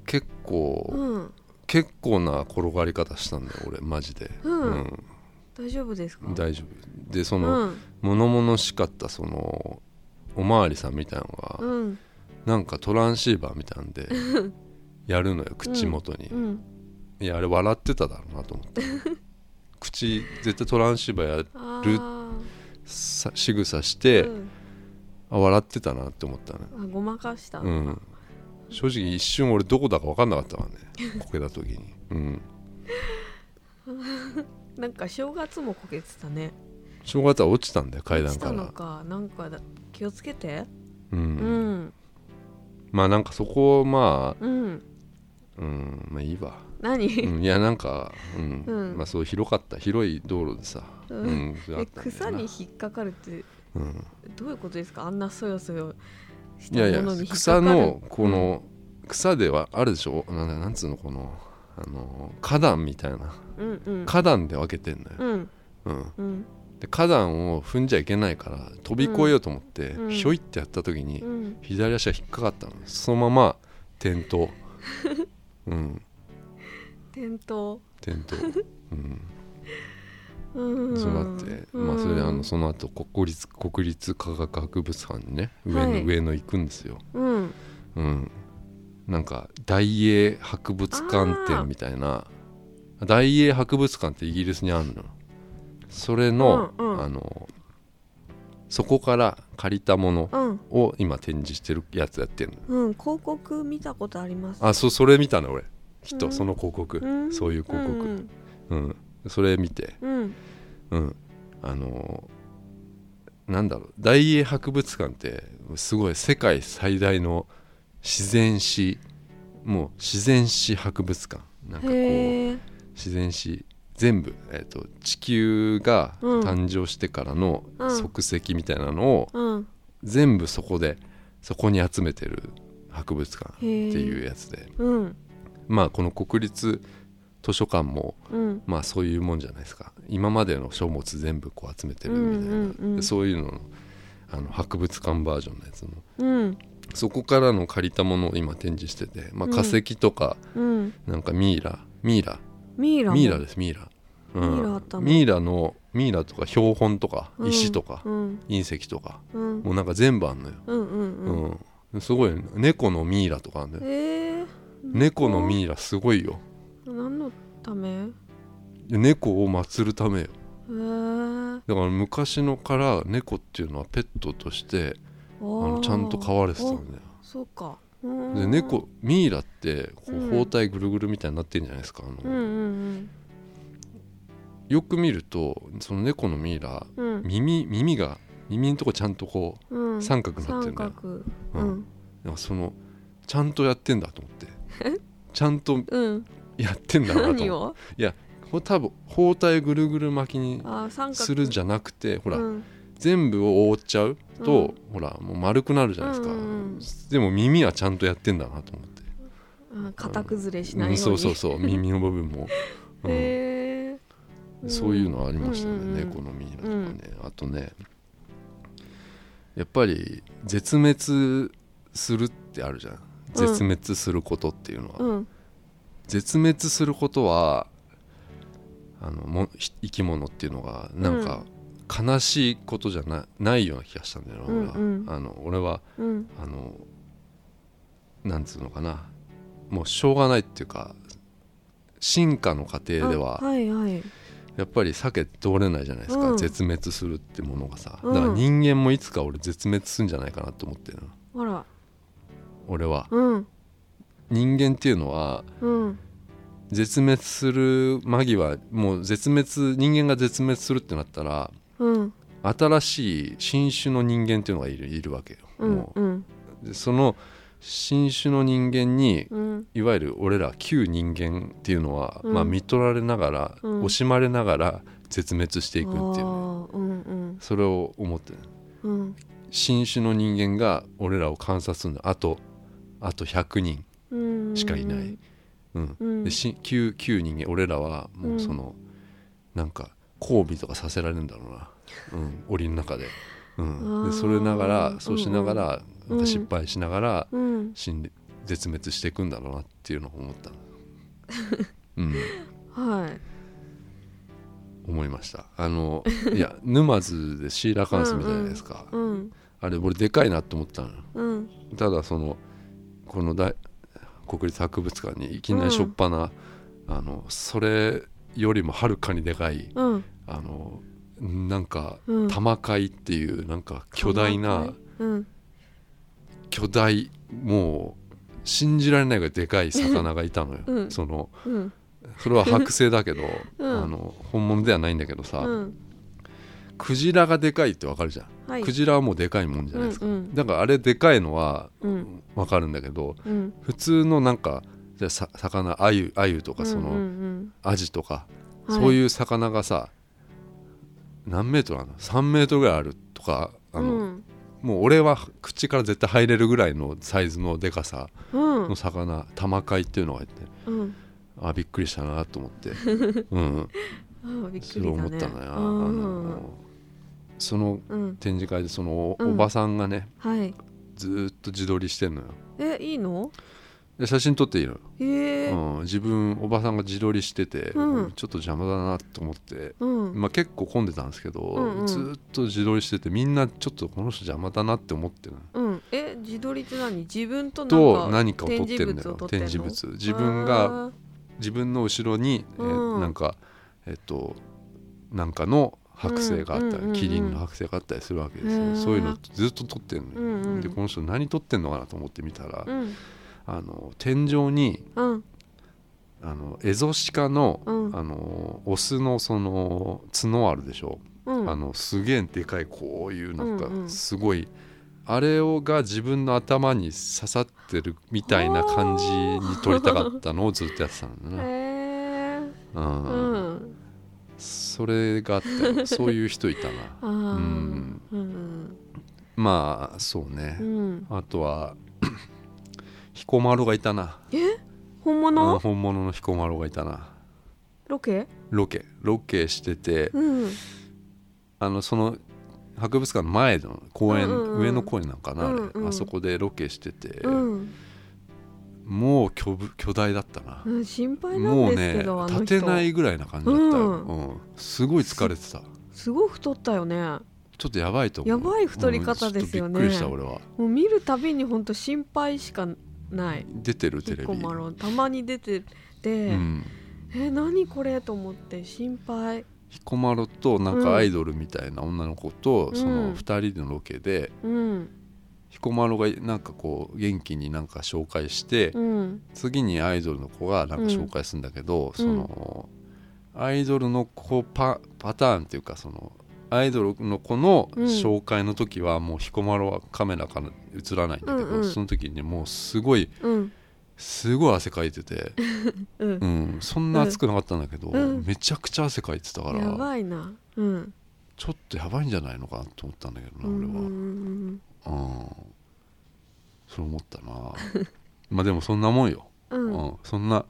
Speaker 1: 結構、
Speaker 2: うん
Speaker 1: 結構な転がり方したんだよ俺マジで、
Speaker 2: うん大丈夫ですか
Speaker 1: うん大丈夫でその、
Speaker 2: うん
Speaker 1: 物々しかったそのおまわりさんみたいなのが、
Speaker 2: うん
Speaker 1: なんかトランシーバーみたいなんでやるのよ口元に、
Speaker 2: うん
Speaker 1: いやあれ笑ってただろうなと思って口絶対トランシーバーや
Speaker 2: あ
Speaker 1: る
Speaker 2: ー
Speaker 1: さ仕草して、
Speaker 2: うん
Speaker 1: あ笑ってたなって思ったね
Speaker 2: あごまかした
Speaker 1: うん正直一瞬俺どこだか分かんなかったわねこけた時にうん
Speaker 2: なんか正月もこけてたね
Speaker 1: 正月は落ちたんだよ階段
Speaker 2: 落ち
Speaker 1: か
Speaker 2: たの
Speaker 1: ら
Speaker 2: かなんかだ気をつけて
Speaker 1: う
Speaker 2: うんん
Speaker 1: まあなんかそこをまあ
Speaker 2: うん
Speaker 1: うんまあいい わ、
Speaker 2: 何、
Speaker 1: うん、いやなんか、うん
Speaker 2: うん
Speaker 1: まあそう広かった広い道路でさ、
Speaker 2: うん
Speaker 1: うんそれあ
Speaker 2: え
Speaker 1: ったんだよ
Speaker 2: 草
Speaker 1: な
Speaker 2: に引っかかるって
Speaker 1: うん、
Speaker 2: どういうことですかあんなそよそよし
Speaker 1: いやい
Speaker 2: た
Speaker 1: や
Speaker 2: ものに引っかか
Speaker 1: 草
Speaker 2: る
Speaker 1: のこの、草ではあるでしょなんだなんつうのこのあの花壇みたいな
Speaker 2: うんうん
Speaker 1: 花壇で分けてんのよ、
Speaker 2: うん
Speaker 1: うん、
Speaker 2: うん
Speaker 1: で花壇を踏んじゃいけないから飛び越えようと思って、
Speaker 2: うん
Speaker 1: ひょいってやった時に、
Speaker 2: うん
Speaker 1: 左足が引っかかったのそのまま転倒 うん
Speaker 2: 転倒
Speaker 1: 転 倒うん
Speaker 2: うん
Speaker 1: そうなって、まあそれであのその後国立国立科学博物館にね上の、
Speaker 2: はい
Speaker 1: 上の行くんですよ
Speaker 2: うん
Speaker 1: うんなんか大英博物館展みたいな大英博物館ってイギリスにあるのそれの、
Speaker 2: うんうん
Speaker 1: あのそこから借りたもの
Speaker 2: うん
Speaker 1: を今展示してるやつやってるの
Speaker 2: うん広告見たことあります
Speaker 1: あそうそれ見たの俺きっ
Speaker 2: う
Speaker 1: と
Speaker 2: ん
Speaker 1: その広告、
Speaker 2: うん
Speaker 1: そういう広告、
Speaker 2: う
Speaker 1: うん
Speaker 2: ん
Speaker 1: それ見て、
Speaker 2: うん
Speaker 1: うん、あのーなんだろう大英博物館ってすごい世界最大の自然史もう自然史博物館なんかこう
Speaker 2: へえ
Speaker 1: 自然史全部、えー、と地球が
Speaker 2: うん
Speaker 1: 誕生してからの
Speaker 2: うん
Speaker 1: 足跡みたいなのを
Speaker 2: うん
Speaker 1: 全部そこでそこに集めてる博物館って
Speaker 2: へえ
Speaker 1: いうやつで
Speaker 2: うん
Speaker 1: まあこの国立図書館も
Speaker 2: うん
Speaker 1: まあそういうもんじゃないですか今までの書物全部こう集めてるみたいな、
Speaker 2: うんうんうん
Speaker 1: でそういうののあの博物館バージョンのやつの
Speaker 2: うん
Speaker 1: そこからの借りたものを今展示してて、まあ、
Speaker 2: うん
Speaker 1: 化石とか
Speaker 2: うん
Speaker 1: なんかミイラミイラ
Speaker 2: ミイラも
Speaker 1: ミイラですミイラ、うん
Speaker 2: ミイラあったの
Speaker 1: ミイラのミイラとか標本とか
Speaker 2: うん
Speaker 1: 石とか、
Speaker 2: うん
Speaker 1: 隕石とか
Speaker 2: うん
Speaker 1: もうなんか全部あんのよ、
Speaker 2: うんうん
Speaker 1: う
Speaker 2: うん
Speaker 1: んすごいね猫のミイラとかあんのよ
Speaker 2: えー
Speaker 1: 猫のミイラすごいよ
Speaker 2: 何のため
Speaker 1: 猫を祀るためよ
Speaker 2: えー
Speaker 1: だから昔のから猫っていうのはペットとして
Speaker 2: あ
Speaker 1: あ
Speaker 2: ー
Speaker 1: のちゃんと飼われてたんだよ
Speaker 2: あそうか
Speaker 1: で
Speaker 2: で
Speaker 1: 猫ミイラってこ
Speaker 2: うん
Speaker 1: う包帯ぐるぐるみたいになってるんじゃないですかあ
Speaker 2: うん
Speaker 1: の
Speaker 2: うん
Speaker 1: よく見るとその猫のミイラ
Speaker 2: うんうん
Speaker 1: 耳耳が耳のとこちゃんとこ
Speaker 2: う
Speaker 1: うん三角になってるん
Speaker 2: 三
Speaker 1: だよ
Speaker 2: 角
Speaker 1: う
Speaker 2: うんん
Speaker 1: だからそのちゃんとやってんだと思 ってちゃんと
Speaker 2: うん
Speaker 1: やってんだなと
Speaker 2: 何
Speaker 1: 思って
Speaker 2: を
Speaker 1: ほ多分包帯ぐるぐる巻きに
Speaker 2: あー三角
Speaker 1: するんじゃなくてほら
Speaker 2: うん
Speaker 1: 全部を覆っちゃうと、ほらもう丸くなるじゃないですか、
Speaker 2: うんうんうん
Speaker 1: でも耳はちゃんとやってんだなと思って
Speaker 2: あ型崩れし
Speaker 1: う
Speaker 2: ないように
Speaker 1: ん、そうそうそう耳の部分 も、うん
Speaker 2: へえ
Speaker 1: そういうのありましたね、
Speaker 2: うんうんうん
Speaker 1: 猫のミイラとかね、あとねやっぱり絶滅するってあるじゃん絶滅することっていうのは、
Speaker 2: うん
Speaker 1: 絶滅することはあのもひ生き物っていうのがなんか悲しいことじゃなないような気がしたんだよな、俺は
Speaker 2: うんうん
Speaker 1: あの俺は
Speaker 2: うん
Speaker 1: あのなんつうのかなもうしょうがないっていうか進化の過程では
Speaker 2: あはいはい
Speaker 1: やっぱり避けて通れないじゃないですか、
Speaker 2: うん
Speaker 1: 絶滅するってものがさ、
Speaker 2: うん
Speaker 1: だから人間もいつか俺絶滅するんじゃないかなと思ってるの
Speaker 2: ほら
Speaker 1: 俺は
Speaker 2: うん
Speaker 1: 人間っていうのは
Speaker 2: うん
Speaker 1: 絶滅する間際もう絶滅人間が絶滅するってなったら
Speaker 2: うん
Speaker 1: 新しい新種の人間っていうのがいるいるわけよ、
Speaker 2: うん
Speaker 1: も
Speaker 2: うん
Speaker 1: うでその新種の人間に
Speaker 2: うん
Speaker 1: いわゆる俺ら旧人間っていうのは、
Speaker 2: うん
Speaker 1: まあ見とられながら、
Speaker 2: うん
Speaker 1: 惜しまれながら絶滅していくっていう
Speaker 2: あ
Speaker 1: ね
Speaker 2: ーうんうん
Speaker 1: それを思ってる
Speaker 2: うん
Speaker 1: 新種の人間が俺らを観察するのあとあと100人、
Speaker 2: うん
Speaker 1: しかいないうん
Speaker 2: うん
Speaker 1: でし旧旧人間俺らはもうその、なんか交尾とかさせられるんだろうな、うん、檻の中で,、う
Speaker 2: あ
Speaker 1: ん、
Speaker 2: ー
Speaker 1: でそれなが
Speaker 2: うんう
Speaker 1: ら
Speaker 2: ん
Speaker 1: そうしながら、
Speaker 2: うん
Speaker 1: なんか失敗しながら、
Speaker 2: うん
Speaker 1: 死んで絶滅していくんだろうなっていうのを思っ た、うん、
Speaker 2: はい
Speaker 1: 思いましたあのいや沼津でシーラカンスみたいじゃないですか、
Speaker 2: うん
Speaker 1: あれ俺でかいなって思ったのよ
Speaker 2: うん
Speaker 1: ただそのこの大国立博物館にいきなりしょっぱな、あのそれよりもはるかにでかい
Speaker 2: うん
Speaker 1: あのなんか
Speaker 2: うん
Speaker 1: 玉貝っていうなんか巨大な
Speaker 2: うん
Speaker 1: 巨大もう信じられないぐらいでかい魚がいたのよ、
Speaker 2: うん
Speaker 1: その
Speaker 2: うん
Speaker 1: それは剥製だけど、
Speaker 2: うん
Speaker 1: あの本物ではないんだけどさ、
Speaker 2: うん
Speaker 1: クジラがでかいってわかるじゃん、
Speaker 2: はい
Speaker 1: クジラはもうでかいもんじゃないですか、
Speaker 2: うんうん
Speaker 1: だからあれでかいのは
Speaker 2: うん
Speaker 1: わかるんだけど
Speaker 2: うん
Speaker 1: 普通のなんかじゃあさ魚アユアユとかそ
Speaker 2: うんうん
Speaker 1: の
Speaker 2: うん
Speaker 1: アジとか、
Speaker 2: はい
Speaker 1: そういう魚がさ何メートルあるの3メートルぐらいあるとかあの、
Speaker 2: うん
Speaker 1: もう俺は口から絶対入れるぐらいのサイズのでかさ
Speaker 2: うん
Speaker 1: の魚玉貝っていうのがいて
Speaker 2: うん
Speaker 1: あびっくりしたなと思って うん
Speaker 2: ああびっく
Speaker 1: そ
Speaker 2: り
Speaker 1: れ
Speaker 2: だ
Speaker 1: 思っ
Speaker 2: ね
Speaker 1: たのよあ
Speaker 2: うん
Speaker 1: のその
Speaker 2: うん
Speaker 1: 展示会でそのお,、
Speaker 2: うん
Speaker 1: ばさんがね
Speaker 2: はい
Speaker 1: ずーっと自撮りしてんのよ
Speaker 2: えいいの
Speaker 1: で写真撮っていいのよ、
Speaker 2: へえ
Speaker 1: うん、自分おばさんが自撮りしてて、
Speaker 2: うん
Speaker 1: ちょっと邪魔だなと思って、
Speaker 2: うん
Speaker 1: まあ、結構混んでたんですけど、
Speaker 2: んうん
Speaker 1: ずーっと自撮りしててみんなちょっとこの人邪魔だなって思ってる
Speaker 2: うんえ自撮りって何自分と
Speaker 1: と
Speaker 2: なん
Speaker 1: 何
Speaker 2: か
Speaker 1: かを撮ってるんだよ展
Speaker 2: 展
Speaker 1: 示物
Speaker 2: 示物
Speaker 1: 自分が
Speaker 2: あー
Speaker 1: 自分の後ろに、えー
Speaker 2: うん
Speaker 1: なんかえっとなんかの剥製があった
Speaker 2: うんうんうんうん
Speaker 1: りキリンの剥製があったりするわけです
Speaker 2: へ
Speaker 1: よ
Speaker 2: ー
Speaker 1: そういうのずっと撮ってるのよ、
Speaker 2: うんうん
Speaker 1: でこの人何撮ってんのかなと思ってみたら、
Speaker 2: うん
Speaker 1: あの天井に
Speaker 2: うん
Speaker 1: あのエゾシカの、
Speaker 2: うん
Speaker 1: あのオスのその角あるでしょ、
Speaker 2: うん
Speaker 1: あのすげえでかいこういうなん
Speaker 2: うんう
Speaker 1: か
Speaker 2: ん
Speaker 1: すごい、あれをが自分の頭に刺さってるみたいな感じに撮りたかったのをずっとやってたんだな、
Speaker 2: へえ
Speaker 1: うん
Speaker 2: うん
Speaker 1: それがあったよそういう人いた
Speaker 2: あ
Speaker 1: な
Speaker 2: ー
Speaker 1: うん
Speaker 2: うん
Speaker 1: まあそうね、
Speaker 2: うん
Speaker 1: あとは 彦摩呂がいたな、
Speaker 2: 本
Speaker 1: うん、
Speaker 2: 物
Speaker 1: 本物の彦摩呂がいたな
Speaker 2: ロケ
Speaker 1: ロケロケしてて、
Speaker 2: うん
Speaker 1: あのその博物館の前の公園、
Speaker 2: うんうんうん
Speaker 1: 上の公園なんかな、あれ
Speaker 2: うんうん
Speaker 1: あそこでロケしてて、
Speaker 2: うん
Speaker 1: もう巨ぶ巨大だったな、
Speaker 2: うん心配なん
Speaker 1: もう
Speaker 2: です
Speaker 1: ね
Speaker 2: けどあの
Speaker 1: 立てな
Speaker 2: 人
Speaker 1: いぐらいな感じだったよ、
Speaker 2: うん
Speaker 1: うんすごい疲れてた
Speaker 2: すごい太ったよね
Speaker 1: ちょっとやばいと思う
Speaker 2: やばい太り方ですよね
Speaker 1: うんちょっとびっくりした俺は
Speaker 2: もう見るたびに本当心配しかない
Speaker 1: 出てるテレ
Speaker 2: ピ
Speaker 1: ビ
Speaker 2: コマロンたまに出てて、
Speaker 1: うん
Speaker 2: え何これと思って心配
Speaker 1: 彦摩呂となんかアイドルみたいな女の子と、
Speaker 2: うん
Speaker 1: その2人のロケで
Speaker 2: うん
Speaker 1: 彦摩呂がなんかこう元気になんか紹介して、
Speaker 2: うん
Speaker 1: 次にアイドルの子がなんか紹介するんだけど、そのアイドルの子パパターンっていうかそのアイドルの子の
Speaker 2: うん
Speaker 1: 紹介の時はもう彦摩呂はカメラから映らないんだけど、
Speaker 2: うんうん
Speaker 1: その時にもうすごい
Speaker 2: うん
Speaker 1: すごい汗かいて て、
Speaker 2: うん
Speaker 1: うん、そんな熱くなかったんだけど、
Speaker 2: うん
Speaker 1: めちゃくちゃ汗かいてたか
Speaker 2: や
Speaker 1: ら
Speaker 2: ばいなうん
Speaker 1: ちょっとやばいんじゃないのかなと思ったんだけど
Speaker 2: う
Speaker 1: な、
Speaker 2: ん
Speaker 1: 俺
Speaker 2: う
Speaker 1: は。
Speaker 2: ん
Speaker 1: うん、そう思った なまあでもそんなもんよ、
Speaker 2: うんうん
Speaker 1: うん、そんな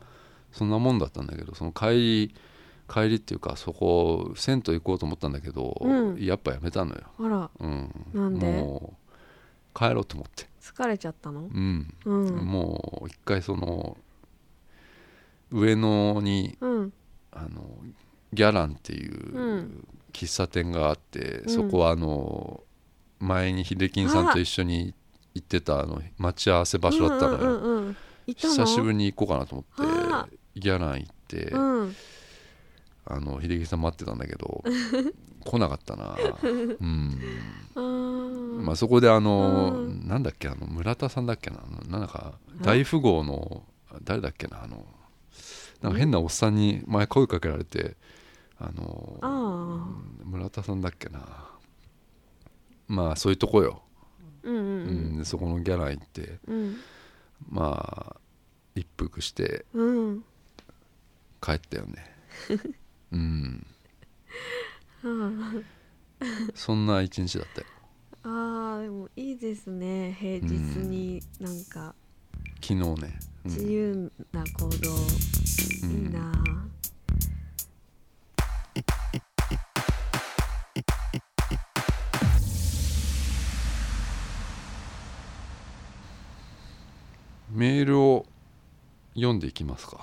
Speaker 1: そんなもんだったんだけどその帰り帰りっていうかそこ銭湯行こうと思ったんだけど、
Speaker 2: うん
Speaker 1: やっぱやめたのよ、
Speaker 2: あら
Speaker 1: うん、
Speaker 2: なんで
Speaker 1: もう帰ろうと思って、
Speaker 2: 疲れちゃったの
Speaker 1: うん
Speaker 2: うん
Speaker 1: もう一回その上野に
Speaker 2: うん
Speaker 1: あのギャランっていう
Speaker 2: うん
Speaker 1: 喫茶店があって、
Speaker 2: ん
Speaker 1: そこはあの前に秀金さんと一緒に行ってたあの待ち合わせ場所だったのよ、
Speaker 2: うんうんうんうんいたの
Speaker 1: 久しぶ
Speaker 2: り
Speaker 1: りに行こうかなと思
Speaker 2: あ
Speaker 1: ってギャラン行って、
Speaker 2: うん
Speaker 1: あの秀樹さん待ってたんだけ ど来なかったなうん
Speaker 2: あー
Speaker 1: まあそこであの、
Speaker 2: うん
Speaker 1: なんだっけあの村田さんだっけなあのなんか大富豪の誰だっけなあのなんか変なおっさんに前声かけられてあの
Speaker 2: あ
Speaker 1: うん村田さんだっけなまあそういうとこよ、
Speaker 2: ーうん
Speaker 1: う
Speaker 2: うんん
Speaker 1: でそこのギャラン行って
Speaker 2: うん
Speaker 1: まあ一服して
Speaker 2: うん
Speaker 1: 帰ったよ ねうん
Speaker 2: うん
Speaker 1: そんな一日だったよ
Speaker 2: あーでもいいですね平日になんか
Speaker 1: 昨日ね、うん
Speaker 2: 自由な行動、
Speaker 1: うん
Speaker 2: いいなあ
Speaker 1: メールを読んでいきますか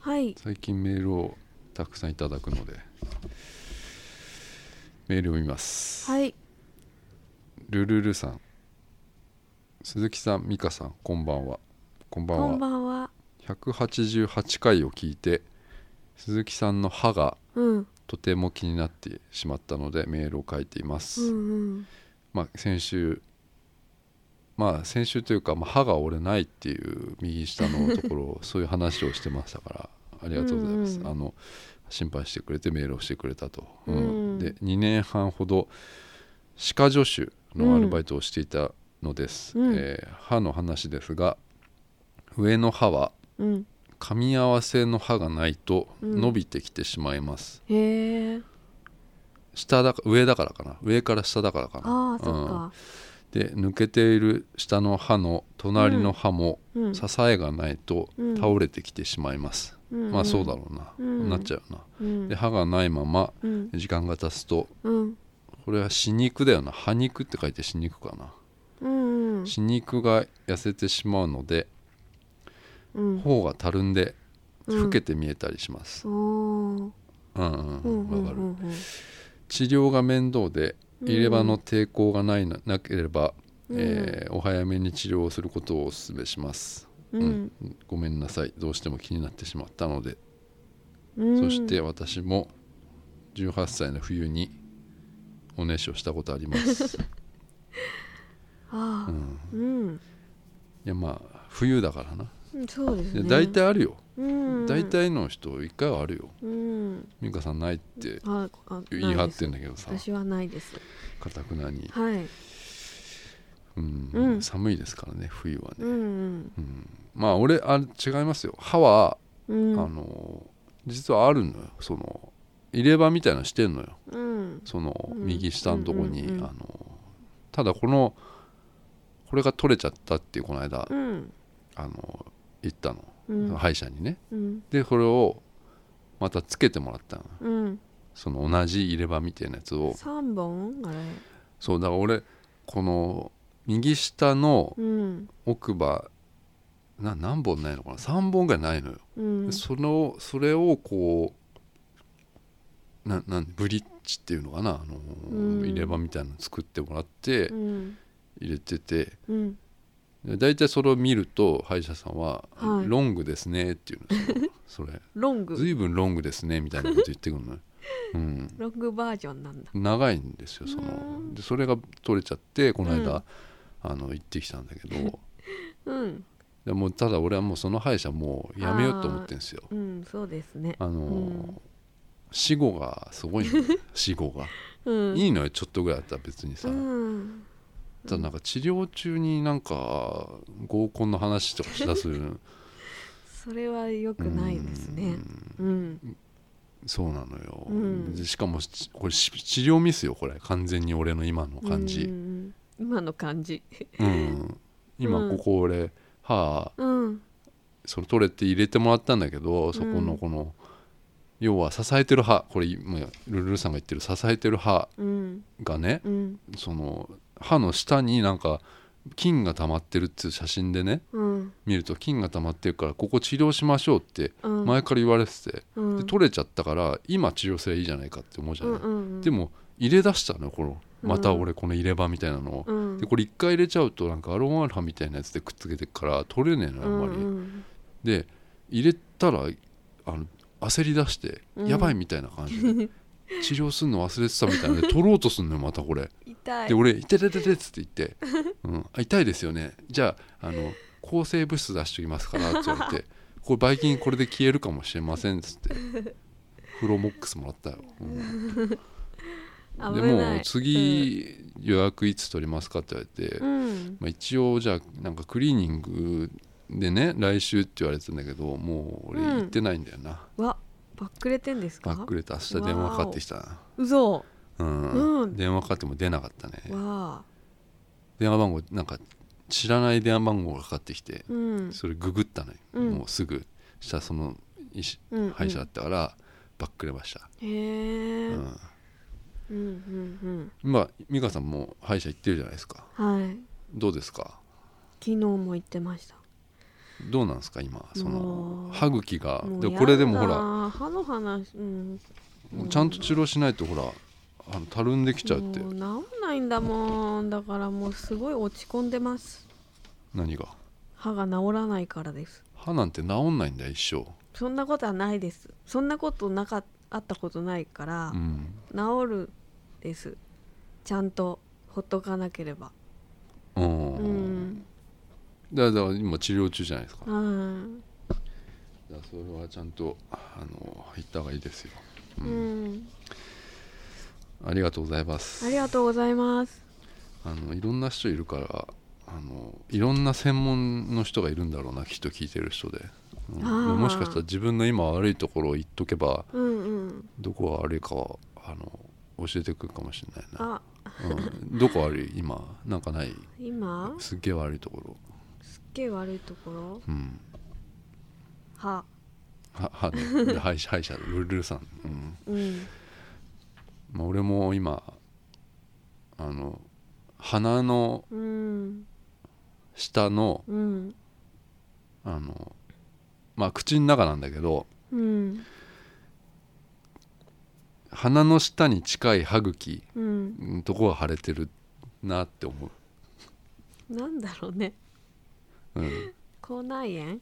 Speaker 2: はい
Speaker 1: 最近メールをたくさんいただくのでメールを見ます、
Speaker 2: はい
Speaker 1: ルルルさん鈴木さん美香さんこんばんはこんばんは
Speaker 2: こんばんは
Speaker 1: 188回を聞いて鈴木さんの歯が
Speaker 2: うん
Speaker 1: とても気になってしまったのでメールを書いていま
Speaker 2: う
Speaker 1: す、
Speaker 2: ん
Speaker 1: まあ先週まあ先週というか、まあ、歯が折れないっていう右下のところ そういう話をしてましたからありがとうございます、
Speaker 2: うんうん
Speaker 1: あの心配してくれてメールをしてくれたと、
Speaker 2: うん
Speaker 1: で2年半ほど歯科助手のアルバイトをしていたのです、
Speaker 2: うん
Speaker 1: えー歯の話ですが上の歯は
Speaker 2: うん
Speaker 1: 噛み合わせの歯がないと
Speaker 2: うん
Speaker 1: 伸びてきてしまいます、
Speaker 2: へえ
Speaker 1: 下だか上だからかな上から下だからかな
Speaker 2: ああそっか
Speaker 1: うんで抜けている下の歯の隣の歯も
Speaker 2: うん
Speaker 1: 支えがないと
Speaker 2: うん
Speaker 1: 倒れてきてしまいます、
Speaker 2: うん
Speaker 1: まあそうだろうな、
Speaker 2: うん
Speaker 1: なっちゃうな、
Speaker 2: うん
Speaker 1: で歯がないまま
Speaker 2: うん
Speaker 1: 時間が経つと
Speaker 2: うん
Speaker 1: これは歯肉だよな歯肉って書いて歯肉かな、
Speaker 2: うん
Speaker 1: 歯肉が痩せてしまうので
Speaker 2: うん
Speaker 1: 頬がたるんで
Speaker 2: うん
Speaker 1: 老けて見えたりします、
Speaker 2: おー
Speaker 1: うんうん
Speaker 2: う
Speaker 1: うんん
Speaker 2: うん
Speaker 1: わか
Speaker 2: う
Speaker 1: る
Speaker 2: んうん
Speaker 1: 治療が面倒で
Speaker 2: うん
Speaker 1: 入れ歯の抵抗がないななければ、
Speaker 2: うん
Speaker 1: えーお早めに治療をすることをお勧めします、
Speaker 2: うん
Speaker 1: うんごめんなさいどうしても気になってしまったので、
Speaker 2: うん
Speaker 1: そして私も18歳の冬におねしをしたことあり ます、
Speaker 2: あ
Speaker 1: う
Speaker 2: あ
Speaker 1: ん、
Speaker 2: うん
Speaker 1: いやまあ冬だからな
Speaker 2: うんそうです
Speaker 1: いや
Speaker 2: ね
Speaker 1: 大体あるよ、
Speaker 2: うん
Speaker 1: 大体の人1回はあるよ
Speaker 2: うん
Speaker 1: 美香さんないって
Speaker 2: ああ
Speaker 1: 言い張
Speaker 2: ない
Speaker 1: っ
Speaker 2: です
Speaker 1: てんだけどさ
Speaker 2: 私はないです
Speaker 1: かたくなに、
Speaker 2: はい
Speaker 1: うん
Speaker 2: うん
Speaker 1: 寒いですからね冬はね、
Speaker 2: うん
Speaker 1: うんまあ俺あ違いますよ歯は、
Speaker 2: うんう
Speaker 1: あ
Speaker 2: ん
Speaker 1: の実はあるのよその入れ歯みたいなのしてんのよ
Speaker 2: うん
Speaker 1: その
Speaker 2: うん
Speaker 1: 右下のとこに、
Speaker 2: うんうんうん
Speaker 1: あのただこのこれが取れちゃったっていうこの間、
Speaker 2: うん
Speaker 1: あの言ったの、
Speaker 2: うん
Speaker 1: 歯医者にね
Speaker 2: うん
Speaker 1: でこれをまたつけてもらったの
Speaker 2: うん
Speaker 1: その同じ入れ歯みたいなやつを
Speaker 2: 三本あれ
Speaker 1: そうだから俺この右下の
Speaker 2: うん
Speaker 1: 奥歯な何本ないのかな3本ぐらいないのよ、
Speaker 2: うん
Speaker 1: そのそれをこうななんブリッジっていうのかな、あのー
Speaker 2: うん
Speaker 1: 入れ歯みたいなの作ってもらって
Speaker 2: うん
Speaker 1: 入れてて、
Speaker 2: うん
Speaker 1: で大体それを見ると歯医者さんは「
Speaker 2: はい
Speaker 1: ロングですね」っていう のそれ
Speaker 2: ロン
Speaker 1: 「
Speaker 2: グ
Speaker 1: 随分ロングですね」みたいなこと言ってくるの よ、うん、
Speaker 2: ロングバージョンなんだ
Speaker 1: 長いんですよそ
Speaker 2: うん
Speaker 1: のでそれが取れちゃってこの間、
Speaker 2: うん
Speaker 1: あの行ってきたんだけど
Speaker 2: うん
Speaker 1: でもうただ俺はもうその歯医者もうやめようと思ってんですよ
Speaker 2: うんそうですね
Speaker 1: あのー
Speaker 2: うん
Speaker 1: 死後がすごい のよ死後が
Speaker 2: うん
Speaker 1: いいのよちょっとぐらいだったら別にさ、
Speaker 2: うん
Speaker 1: ただなんか治療中になんか合コンの話とかしだ すよ
Speaker 2: それは良くないですねうん
Speaker 1: そうなのよ、
Speaker 2: うん
Speaker 1: でしかもしこれし治療ミスよこれ完全に俺の今の感
Speaker 2: う
Speaker 1: じ、
Speaker 2: ん今の感じ
Speaker 1: うん今ここ俺歯
Speaker 2: うん
Speaker 1: それ取れて入れてもらったんだけどそこのこの、要は支えてる歯これ今ルルルさんが言ってる支えてる歯
Speaker 2: うん
Speaker 1: がね、
Speaker 2: うん
Speaker 1: その歯の下になんか菌が溜まってるっていう写真でね
Speaker 2: うん
Speaker 1: 見ると菌が溜まってるからここ治療しましょうって
Speaker 2: うん
Speaker 1: 前から言われてて、
Speaker 2: うん
Speaker 1: で取れちゃったから今治療すればいいじゃないかって思うじゃ
Speaker 2: うん
Speaker 1: ない、
Speaker 2: うんうん
Speaker 1: でも入れ出したのよこの
Speaker 2: うん
Speaker 1: また俺この入れ歯みたいなのを、
Speaker 2: うん
Speaker 1: でこれ一回入れちゃうとなんかアロンアルファみたいなやつでくっつけてくから取れねえのよあんまり、
Speaker 2: うん
Speaker 1: で入れたらあの焦り出して、
Speaker 2: うん
Speaker 1: やばいみたいな感じ で治療するの忘れてたみたいなので取ろうとすんのよまたこれ
Speaker 2: うん痛い
Speaker 1: で俺「痛い痛い痛い痛い」っつって言って「うん、あ痛いですよねじゃああの抗生物質出しときますから」って言わ れて「こればい菌これで消えるかもしれません」っつってフロモックスもらったよ、うんで
Speaker 2: 危
Speaker 1: も
Speaker 2: な
Speaker 1: う
Speaker 2: い
Speaker 1: 次予約いつ取りますかって言われて、
Speaker 2: うん
Speaker 1: まあ、一応じゃあなんかクリーニングでね来週って言われてたんだけどもう俺
Speaker 2: うん
Speaker 1: 行ってないんだよな、
Speaker 2: わバックレてんです
Speaker 1: バ
Speaker 2: か
Speaker 1: ックレて明日電話かかってきたな
Speaker 2: 嘘
Speaker 1: うん、
Speaker 2: うん
Speaker 1: 電話かかっても出なかったね
Speaker 2: わあ
Speaker 1: 電話番号なんか知らない電話番号がかかってきて、
Speaker 2: うん
Speaker 1: それググったのよ、
Speaker 2: うん
Speaker 1: もうすぐしたらその医師
Speaker 2: うんうん
Speaker 1: 歯医者だったからバックれました、
Speaker 2: へ
Speaker 1: う
Speaker 2: え
Speaker 1: ん
Speaker 2: うんうん
Speaker 1: まあ美香さんも歯医者行ってるじゃないですか
Speaker 2: うんはい
Speaker 1: どうですか
Speaker 2: 昨日も言ってました
Speaker 1: どうなんですか今そ
Speaker 2: も
Speaker 1: の
Speaker 2: う
Speaker 1: 歯茎が
Speaker 2: もう
Speaker 1: で
Speaker 2: やだ
Speaker 1: これでもほら
Speaker 2: なあ歯の話うん
Speaker 1: ちゃんと治療しないとほらあのたるんできちゃうって
Speaker 2: もう治んないんだもんだからもうすごい落ち込んでます
Speaker 1: 何が
Speaker 2: 歯が治らないからです
Speaker 1: 歯なんて治んないんだよ一
Speaker 2: そんなことはないですそんなことなかあったことないから
Speaker 1: 生、うん
Speaker 2: 治るですちゃんとほっとかなければ
Speaker 1: うん
Speaker 2: うん
Speaker 1: だからだから今治療中じゃないですか
Speaker 2: うん
Speaker 1: だからそれはちゃんとあの行った方がいいですよ、う
Speaker 2: うんん。
Speaker 1: ありがとうございます
Speaker 2: ありがとうございます。
Speaker 1: あのいろんな人いるからあのいろんな専門の人がいるんだろうなきっと聞いてる人で、うん
Speaker 2: あー
Speaker 1: もしかしたら自分の今悪いところを言っとけば
Speaker 2: うんうん。
Speaker 1: どこが悪いかはあの教えてくるかもしれないな、
Speaker 2: あ、
Speaker 1: うん、どこ悪い今なんかない
Speaker 2: 今
Speaker 1: すっげえ悪いところ
Speaker 2: すっげえ悪いところ
Speaker 1: うん
Speaker 2: は。
Speaker 1: ははねで歯医者歯医者ルルルさん、うん
Speaker 2: うん。
Speaker 1: まあ、俺も今あの鼻の
Speaker 2: うん。
Speaker 1: 下の
Speaker 2: うん。
Speaker 1: あのまあ口の中なんだけど
Speaker 2: うん。
Speaker 1: 鼻の下に近い歯茎
Speaker 2: うん。
Speaker 1: のとこが腫れてるなって思う、
Speaker 2: なんだろうね。
Speaker 1: うん、
Speaker 2: 口内炎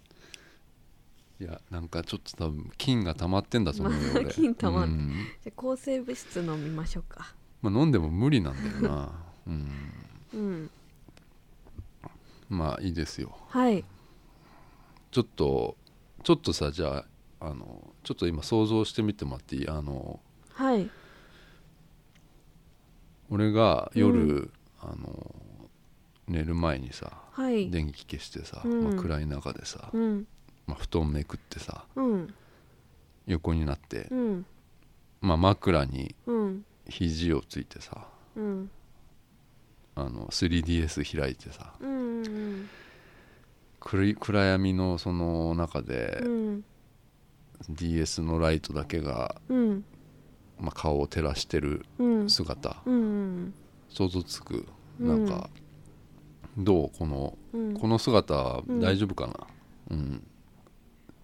Speaker 1: いやなんかちょっと多分菌が溜まってんだと思うよ
Speaker 2: まあ
Speaker 1: 俺
Speaker 2: 菌溜まっ
Speaker 1: うん
Speaker 2: じゃあ抗生物質飲みましょうか。
Speaker 1: まあ、飲んでも無理なんだよな、うん、
Speaker 2: うん。
Speaker 1: まあいいですよ
Speaker 2: はい。
Speaker 1: ちょっとちょっとさじゃああのちょっと今想像してみてもらっていいあの
Speaker 2: はい。
Speaker 1: 俺が夜、
Speaker 2: う
Speaker 1: あの寝る前にさ
Speaker 2: はい。
Speaker 1: 電気消してさ、
Speaker 2: うん
Speaker 1: まあ、暗い中でさ、
Speaker 2: うん。
Speaker 1: まあ、布団めくってさ
Speaker 2: うん。
Speaker 1: 横になって
Speaker 2: う、ん。
Speaker 1: まあ、枕に
Speaker 2: うん。
Speaker 1: 肘をついてさ
Speaker 2: うん。
Speaker 1: あの 3DS 開いてさ
Speaker 2: うん。うん。
Speaker 1: 暗い暗闇のその中で、
Speaker 2: うん。
Speaker 1: DS のライトだけが、
Speaker 2: うん。
Speaker 1: まあ、顔を照らしてる
Speaker 2: うん。
Speaker 1: 姿、
Speaker 2: うん。
Speaker 1: 想像つく
Speaker 2: うん
Speaker 1: なんか、どうこの
Speaker 2: うん。
Speaker 1: この姿大丈夫かなうん、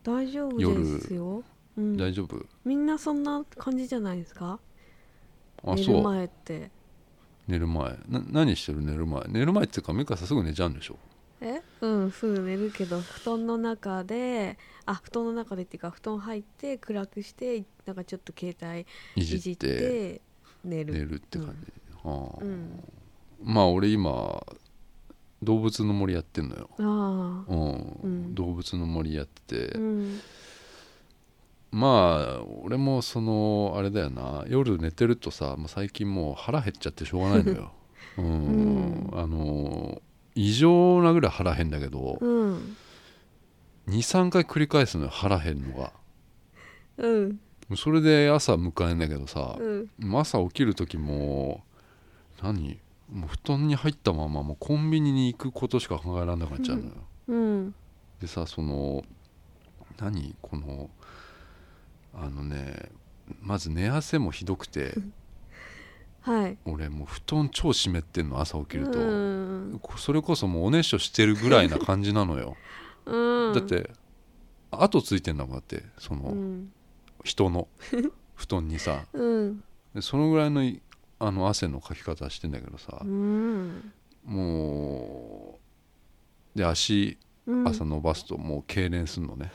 Speaker 2: 大丈夫ですよ。うん、
Speaker 1: 大丈夫
Speaker 2: みんなそんな感じじゃないですか
Speaker 1: あ
Speaker 2: 寝
Speaker 1: そ
Speaker 2: る
Speaker 1: う
Speaker 2: 前って
Speaker 1: 寝る前な何してる寝る前寝る前っていうか美香さんすぐ寝ちゃうんでしょ
Speaker 2: えうんすぐ寝るけど布団の中であ布団の中でっていうか布団入って暗くしてなんかちょっと携帯
Speaker 1: い
Speaker 2: い
Speaker 1: じ
Speaker 2: じ
Speaker 1: っ
Speaker 2: ってて寝る
Speaker 1: 寝るって感じ、ああ
Speaker 2: うん
Speaker 1: まあ俺今動物の森やってんのよ、
Speaker 2: ああ
Speaker 1: うん
Speaker 2: うん
Speaker 1: 動物の森やってて、
Speaker 2: うん
Speaker 1: まあ俺もそのあれだよな夜寝てるとさもう最近もう腹減っちゃってしょうがないの よ、うんあの異常なぐらい腹減んだけど、
Speaker 2: うん
Speaker 1: 23回繰り返すのよ腹減んのが
Speaker 2: うん
Speaker 1: それで朝迎えんだけどさ、
Speaker 2: うん
Speaker 1: 朝起きる時も何もう布団に入ったままもうコンビニに行くことしか考えられなくなっちゃうのよ、
Speaker 2: うん
Speaker 1: でさその何このあのねまず寝汗もひどくて
Speaker 2: はい
Speaker 1: 俺もう布団超湿ってんの朝起きると、
Speaker 2: うん
Speaker 1: こそれこそもうおねしょしてるぐらいな感じなのよ
Speaker 2: うん
Speaker 1: だって後ついてんだもんだってその、
Speaker 2: うん
Speaker 1: 人 の布団にさ
Speaker 2: うん
Speaker 1: でそのぐらいのいあの汗のかき方してんだけどさ
Speaker 2: う、ん
Speaker 1: もうで足
Speaker 2: うん
Speaker 1: 朝伸ばすともう痙攣すんのね、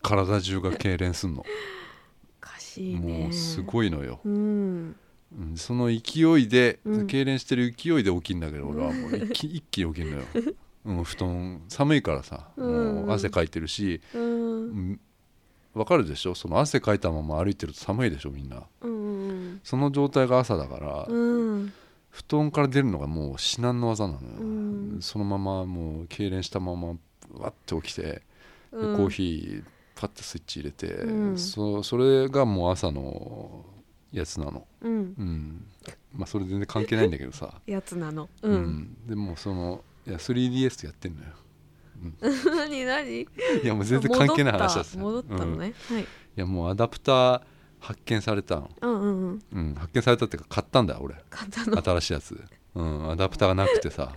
Speaker 1: 体中が痙攣すんの
Speaker 2: おかしいね
Speaker 1: もうすごいのよ、
Speaker 2: うん
Speaker 1: うんその勢いで、
Speaker 2: うん
Speaker 1: 痙攣してる勢いで起きんだけど俺はもう一気一気に起きんのよ、うん、布団寒いからさ
Speaker 2: うん
Speaker 1: もう汗かいてるし、
Speaker 2: うん
Speaker 1: うんわかるでしょその汗かいたまま歩いてると寒いでしょみんな
Speaker 2: うん
Speaker 1: その状態が朝だから、
Speaker 2: うん
Speaker 1: 布団から出るのがもう至難の技なのよ、
Speaker 2: うん
Speaker 1: そのままもう痙攣したままわって起きて、で
Speaker 2: うん
Speaker 1: コーヒーパッてスイッチ入れて、
Speaker 2: うん
Speaker 1: そそれがもう朝のやつなの、
Speaker 2: うん
Speaker 1: うん、まあそれ全然関係ないんだけどさ
Speaker 2: やつなのうん
Speaker 1: でもうそのいや 3DS とやってんのよ
Speaker 2: 何何
Speaker 1: いやもう全然関係ない話だった
Speaker 2: 戻った戻ったの
Speaker 1: うんい
Speaker 2: ねはい
Speaker 1: やもうアダプター発見されたの、
Speaker 2: うんうんうん
Speaker 1: うん、発見されたっていうか買ったんだ俺
Speaker 2: 簡単な
Speaker 1: 新しいやつ、うん、アダプターがなくてさ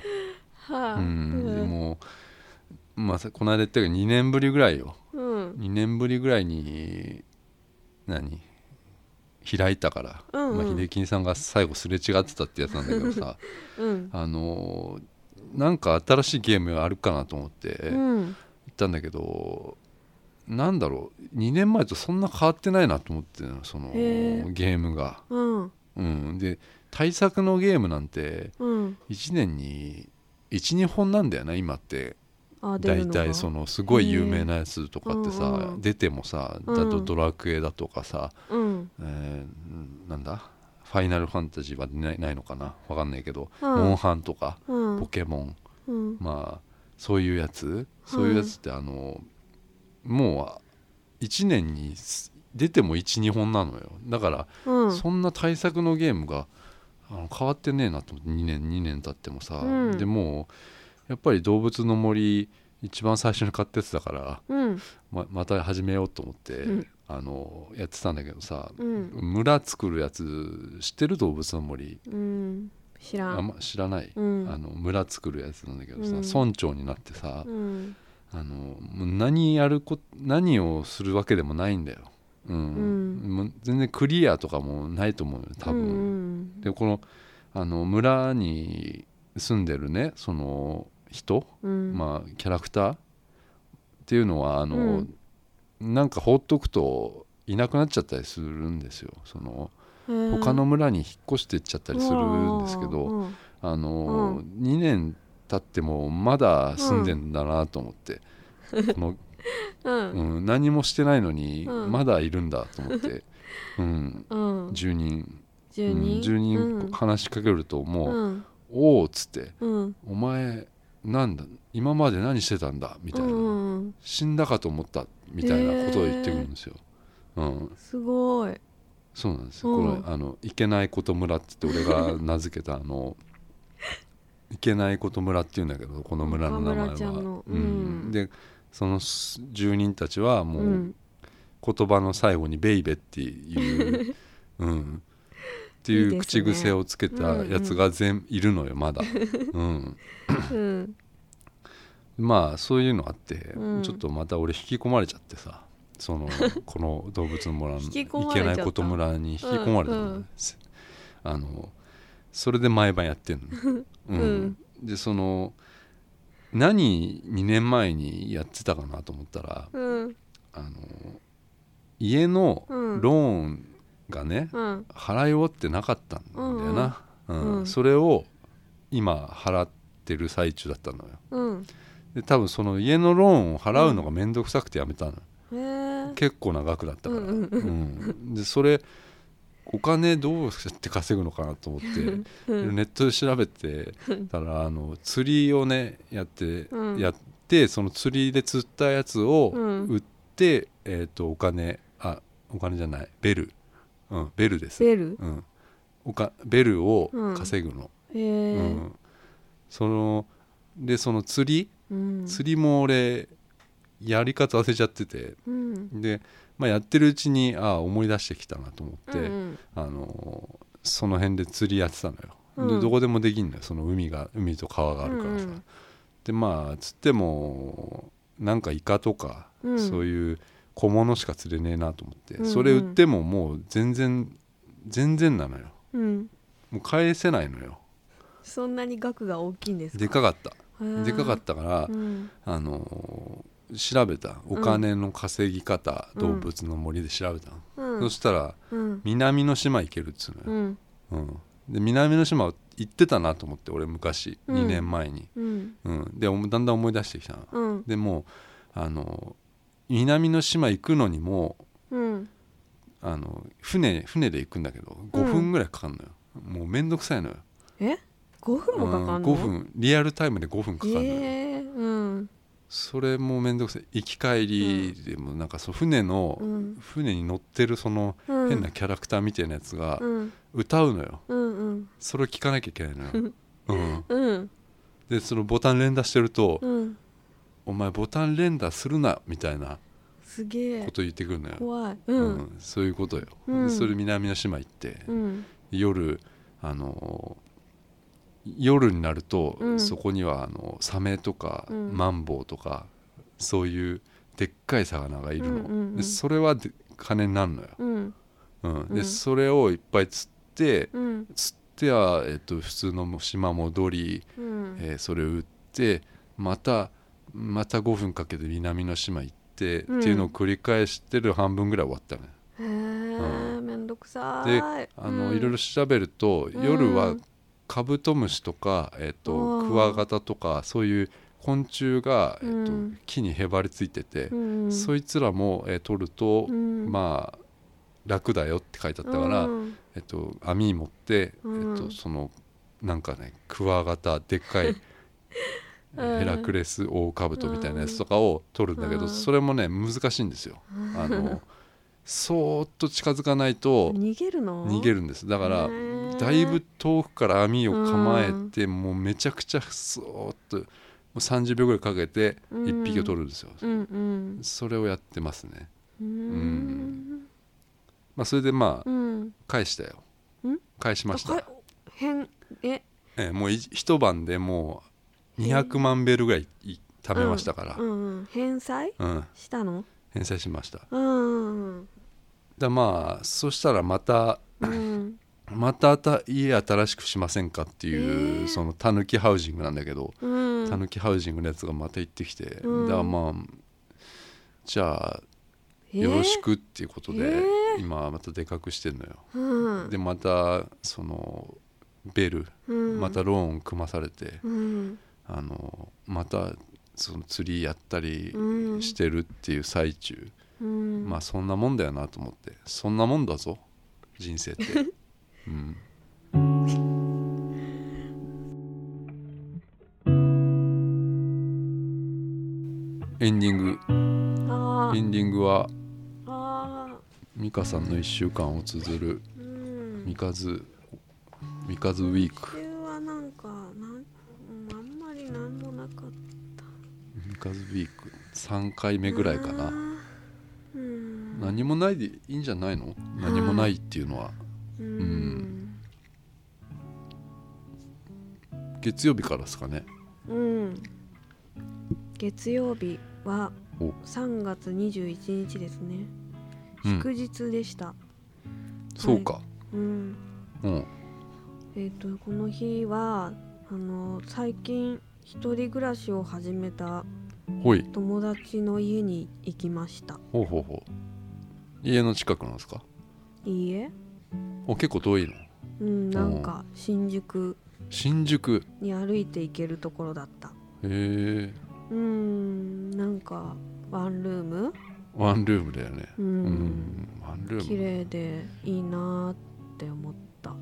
Speaker 2: は
Speaker 1: う
Speaker 2: あ
Speaker 1: ん、でもう、まあ、さこの間言ったけど2年ぶりぐらいよ
Speaker 2: うん
Speaker 1: 2年ぶりぐらいに何開いたから、
Speaker 2: うんうん
Speaker 1: まあ、秀樹さんが最後すれ違ってたってやつなんだけどさ
Speaker 2: うん
Speaker 1: あのーなんか新しいゲームあるかなと思って
Speaker 2: う
Speaker 1: 行
Speaker 2: ん
Speaker 1: ったんだけど、なんだろう2年前とそんな変わってないなと思ってたのその
Speaker 2: へえ
Speaker 1: ゲームが。
Speaker 2: うん
Speaker 1: うん、で対策のゲームなんて
Speaker 2: うん
Speaker 1: 1年に12本なんだよな今って
Speaker 2: ああ出
Speaker 1: 大
Speaker 2: るのが
Speaker 1: 体そのすごい有名なやつとかってさ、
Speaker 2: うんうん
Speaker 1: 出てもさだ
Speaker 2: う
Speaker 1: と
Speaker 2: ん
Speaker 1: ドラクエだとかさ、
Speaker 2: うん
Speaker 1: えーなんだファイナルファンタジーはないないのかなわかんないけど、
Speaker 2: うん
Speaker 1: モンハンとか
Speaker 2: うん
Speaker 1: ポケモン、
Speaker 2: うん
Speaker 1: まあそういうやつそういうやつってあの、もう1年にす出ても12本なのよだから、
Speaker 2: うん
Speaker 1: そんな対策のゲームがあの変わってねえなと思って2年2年経ってもさ、
Speaker 2: うん
Speaker 1: でもうやっぱり「動物の森」一番最初に買ったやつだから
Speaker 2: うん
Speaker 1: ままた始めようと思って、
Speaker 2: うん
Speaker 1: あのやってたんだけどさ、
Speaker 2: うん
Speaker 1: 村作るやつ知ってる動物の森
Speaker 2: うん知ら
Speaker 1: あん
Speaker 2: ん
Speaker 1: ま知らない、
Speaker 2: うん
Speaker 1: あの村作るやつなんだけどさ、
Speaker 2: うん
Speaker 1: 村長になってさ、
Speaker 2: うん
Speaker 1: あのもう何やるこ何をするわけでもないんだよ、うん
Speaker 2: う
Speaker 1: もう全然クリアとかもないと思うよ多分、
Speaker 2: うん
Speaker 1: でこのあの村に住んでるねその人、
Speaker 2: うん
Speaker 1: まあキャラクターっていうのはあの、
Speaker 2: うん
Speaker 1: なんか放っとくといなくなっちゃったりするんですよその他の村に引っ越してっちゃったりするんですけど、
Speaker 2: うん
Speaker 1: あの
Speaker 2: う
Speaker 1: 2年経ってもまだ住んでんだなと思って、この
Speaker 2: うん
Speaker 1: うん、何もしてないのに、
Speaker 2: うん
Speaker 1: まだいるんだと思 って、うん、
Speaker 2: うん
Speaker 1: 住人
Speaker 2: 10
Speaker 1: うん
Speaker 2: 人
Speaker 1: 住人
Speaker 2: うん
Speaker 1: 話しかけるともう「
Speaker 2: うん
Speaker 1: おお」っつって
Speaker 2: うん
Speaker 1: 「お前なんだ今まで何してたんだ」みたいな、
Speaker 2: うん
Speaker 1: 死んだかと思った」みたいなことを言ってくるんですよ。うん、
Speaker 2: すごい
Speaker 1: そうなんです
Speaker 2: う
Speaker 1: よ
Speaker 2: ん
Speaker 1: これあの「いけないこと村」って言って俺が 名付けたあの「いけないこと村」っていうんだけどこの村の名前
Speaker 2: 岡村ちゃ
Speaker 1: は。
Speaker 2: んの
Speaker 1: う
Speaker 2: うん
Speaker 1: ん、でそのす住人たちはもう、
Speaker 2: うん
Speaker 1: 言葉の最後に「ベイベ」っていう、 うん、ってい
Speaker 2: いいです
Speaker 1: う
Speaker 2: ね
Speaker 1: 口癖をつけたやつが全いるのよまだ、うん、
Speaker 2: うん
Speaker 1: まあそういうのあって、
Speaker 2: うん
Speaker 1: ちょっとまた俺引き込まれちゃってさそ のこの動物の村の
Speaker 2: 引き
Speaker 1: い
Speaker 2: 込ま
Speaker 1: け
Speaker 2: れちゃった
Speaker 1: ないこと村に引き込まれたのね、
Speaker 2: うんうん
Speaker 1: すあのそれで毎晩やってんの、うん
Speaker 2: うん
Speaker 1: でその何2年前にやってたかなと思ったら
Speaker 2: うん
Speaker 1: あの家のロ
Speaker 2: うん
Speaker 1: ーンがね、
Speaker 2: うん
Speaker 1: 払い終わってなかったんだよな、うん
Speaker 2: うん
Speaker 1: それを今払ってる最中だったのよ
Speaker 2: うん
Speaker 1: で多分その家のローンを払うのが面倒くさくてやめたの、
Speaker 2: へえ
Speaker 1: 結構な額だったから、
Speaker 2: う
Speaker 1: うんん
Speaker 2: うん
Speaker 1: でそれお金どうやって稼ぐのかなと思ってネットで調べてたらあの釣りをねやって、
Speaker 2: うん
Speaker 1: やってその釣りで釣ったやつを
Speaker 2: うん
Speaker 1: 売って、えー、とお金あお金じゃないベル、うん、ベルです、
Speaker 2: ベル
Speaker 1: うん、おかベルを稼ぐの、う
Speaker 2: へえ
Speaker 1: んそのでその釣り
Speaker 2: うん
Speaker 1: 釣りも俺やり方忘れちゃってて
Speaker 2: うん
Speaker 1: で、まあ、やってるうちにああ思い出してきたなと思って、
Speaker 2: うん
Speaker 1: あのーその辺で釣りやってたのよ、
Speaker 2: うん
Speaker 1: でどこでもできんのよその海が海と川があるからさ、
Speaker 2: うんうん
Speaker 1: でまあ釣ってもなんかイカとか、
Speaker 2: うん
Speaker 1: そういう小物しか釣れねえなと思って、
Speaker 2: うんうん
Speaker 1: それ売ってももう全然全然なのよ
Speaker 2: うん
Speaker 1: もう返せないのよ
Speaker 2: そんなに額が大きいんですか
Speaker 1: でかかった
Speaker 2: へー
Speaker 1: でかかったから、
Speaker 2: うん
Speaker 1: あのー調べたお金の稼ぎ方、
Speaker 2: う
Speaker 1: 動
Speaker 2: ん
Speaker 1: 物の森で調べたの、
Speaker 2: うん
Speaker 1: そしたら
Speaker 2: うん
Speaker 1: 南の島行けるっつうの
Speaker 2: う
Speaker 1: よ、
Speaker 2: ん
Speaker 1: うんで南の島行ってたなと思って俺昔、
Speaker 2: うん
Speaker 1: 2年前に、
Speaker 2: うん
Speaker 1: うん、でおもだんだん思い出してきたの、
Speaker 2: うん
Speaker 1: でもうあのー南の島行くのにも
Speaker 2: うん
Speaker 1: あの船船で行くんだけど5分ぐらいかかるのよ、もうめんどくさいのよ
Speaker 2: え5分もかかんの
Speaker 1: うん5分リアルタイムで5分かかるのよ、
Speaker 2: ええうん
Speaker 1: それも面倒くさい行き帰りでもなんかそう船の、
Speaker 2: うん
Speaker 1: 船に乗ってるその
Speaker 2: うん
Speaker 1: 変なキャラクターみたいなやつが
Speaker 2: うん
Speaker 1: 歌うのよ
Speaker 2: うんうん
Speaker 1: それを聞かなきゃいけないのよ、うん、
Speaker 2: うん
Speaker 1: でそのボタン連打してると
Speaker 2: うん
Speaker 1: 「お前ボタン連打するな」みたいな
Speaker 2: すげえ
Speaker 1: こと言ってくるのよ、
Speaker 2: 怖いうん
Speaker 1: うんそういうことよ、
Speaker 2: うん
Speaker 1: でそれ南の島行って、
Speaker 2: うん
Speaker 1: 夜あのー夜になると、
Speaker 2: うん
Speaker 1: そこにはあのサメとか、
Speaker 2: うん
Speaker 1: マンボウとかそういうでっかい魚がいるの、
Speaker 2: うんうんうん
Speaker 1: でそれはで金になるのよ、
Speaker 2: うん
Speaker 1: うん
Speaker 2: う
Speaker 1: で
Speaker 2: ん
Speaker 1: それをいっぱい釣って、
Speaker 2: うん
Speaker 1: 釣っては、えっと、普通の島戻り、
Speaker 2: うん
Speaker 1: えーそれを売ってまたまた5分かけて南の島行って、
Speaker 2: うん
Speaker 1: っていうのを繰り返してる半分ぐらい終わったね、
Speaker 2: へえめんどくさい
Speaker 1: であの
Speaker 2: うん
Speaker 1: いろいろ調べると、
Speaker 2: うん
Speaker 1: 夜はカブトムシとか、えっと
Speaker 2: うん
Speaker 1: クワガタとかそういう昆虫が、えっと
Speaker 2: うん
Speaker 1: 木にへばりついてて、
Speaker 2: うん
Speaker 1: そいつらも、えー取ると、
Speaker 2: うん
Speaker 1: まあ楽だよって書いてあったから、
Speaker 2: うん
Speaker 1: えっと、網持って、
Speaker 2: うん
Speaker 1: えっと、そのなんかねクワガタでっか い
Speaker 2: うん
Speaker 1: ヘラクレスオオカブトみたいなやつとかを取るんだけど、
Speaker 2: うん
Speaker 1: それもね難しいんです よ。あのそーっと近づかないと
Speaker 2: 逃げるの
Speaker 1: 逃げ
Speaker 2: る
Speaker 1: るんですだから
Speaker 2: へー
Speaker 1: だいぶ遠くから網を構えて、もうめちゃくちゃそーっともう30秒ぐらいかけて
Speaker 2: うん
Speaker 1: 1匹を取るんですよ、
Speaker 2: うんうん
Speaker 1: それをやってますね、
Speaker 2: うーん
Speaker 1: まあ、それでまあ
Speaker 2: うん
Speaker 1: 返したよ
Speaker 2: ん
Speaker 1: 返しました、
Speaker 2: あか変え
Speaker 1: ええもうい一晩でもう200万ベルぐらいい貯めましたから、
Speaker 2: うんうん返済
Speaker 1: うん、
Speaker 2: したの
Speaker 1: 返済しました
Speaker 2: うん
Speaker 1: だまあそしたらまた
Speaker 2: うん
Speaker 1: またた家新しくしませんかっていう、
Speaker 2: えー
Speaker 1: そのたぬきハウジングなんだけど
Speaker 2: うん
Speaker 1: たぬきハウジングのやつがまた行ってきて、
Speaker 2: うん
Speaker 1: だからまあじゃあ
Speaker 2: えー
Speaker 1: よろしくっていうことで、
Speaker 2: えー
Speaker 1: 今またでかくしてんのよ、
Speaker 2: うん
Speaker 1: でまたそのベル
Speaker 2: うん
Speaker 1: またローン組まされて、
Speaker 2: うん
Speaker 1: あのまたその釣りやったり
Speaker 2: うん
Speaker 1: してるっていう最中、
Speaker 2: うん
Speaker 1: まあそんなもんだよなと思ってそんなもんだぞ人生って、 うん、エンディング
Speaker 2: あ
Speaker 1: エ
Speaker 2: ー
Speaker 1: ンディングは
Speaker 2: あ
Speaker 1: 美香さんの1週間を綴る
Speaker 2: ーうん
Speaker 1: 三日月三日月ウィーク
Speaker 2: 週はなんかなんうんあんまりなんもなかった
Speaker 1: 三日月ウィーク3回目ぐらいかな
Speaker 2: うん
Speaker 1: 何もないでいいんじゃないの何もないっていうのは
Speaker 2: うん
Speaker 1: 月曜日からですかね
Speaker 2: うん月曜日は
Speaker 1: お
Speaker 2: 3月21日ですね
Speaker 1: うん
Speaker 2: 祝日でした
Speaker 1: そうか
Speaker 2: うん
Speaker 1: うん
Speaker 2: えっ、とこの日はあの最近一人暮らしを始めた
Speaker 1: ほい
Speaker 2: 友達の家に行きました
Speaker 1: ほうほうほう家の近くなんですか
Speaker 2: いいえ
Speaker 1: お結構遠いの
Speaker 2: うんなんか新宿
Speaker 1: 新宿
Speaker 2: に歩いて行けるところだった
Speaker 1: へえ
Speaker 2: うんなんかワンルーム
Speaker 1: ワンルームだよね
Speaker 2: う、
Speaker 1: うんんワンル
Speaker 2: 綺
Speaker 1: ーム
Speaker 2: 麗でいいなーって思った
Speaker 1: あ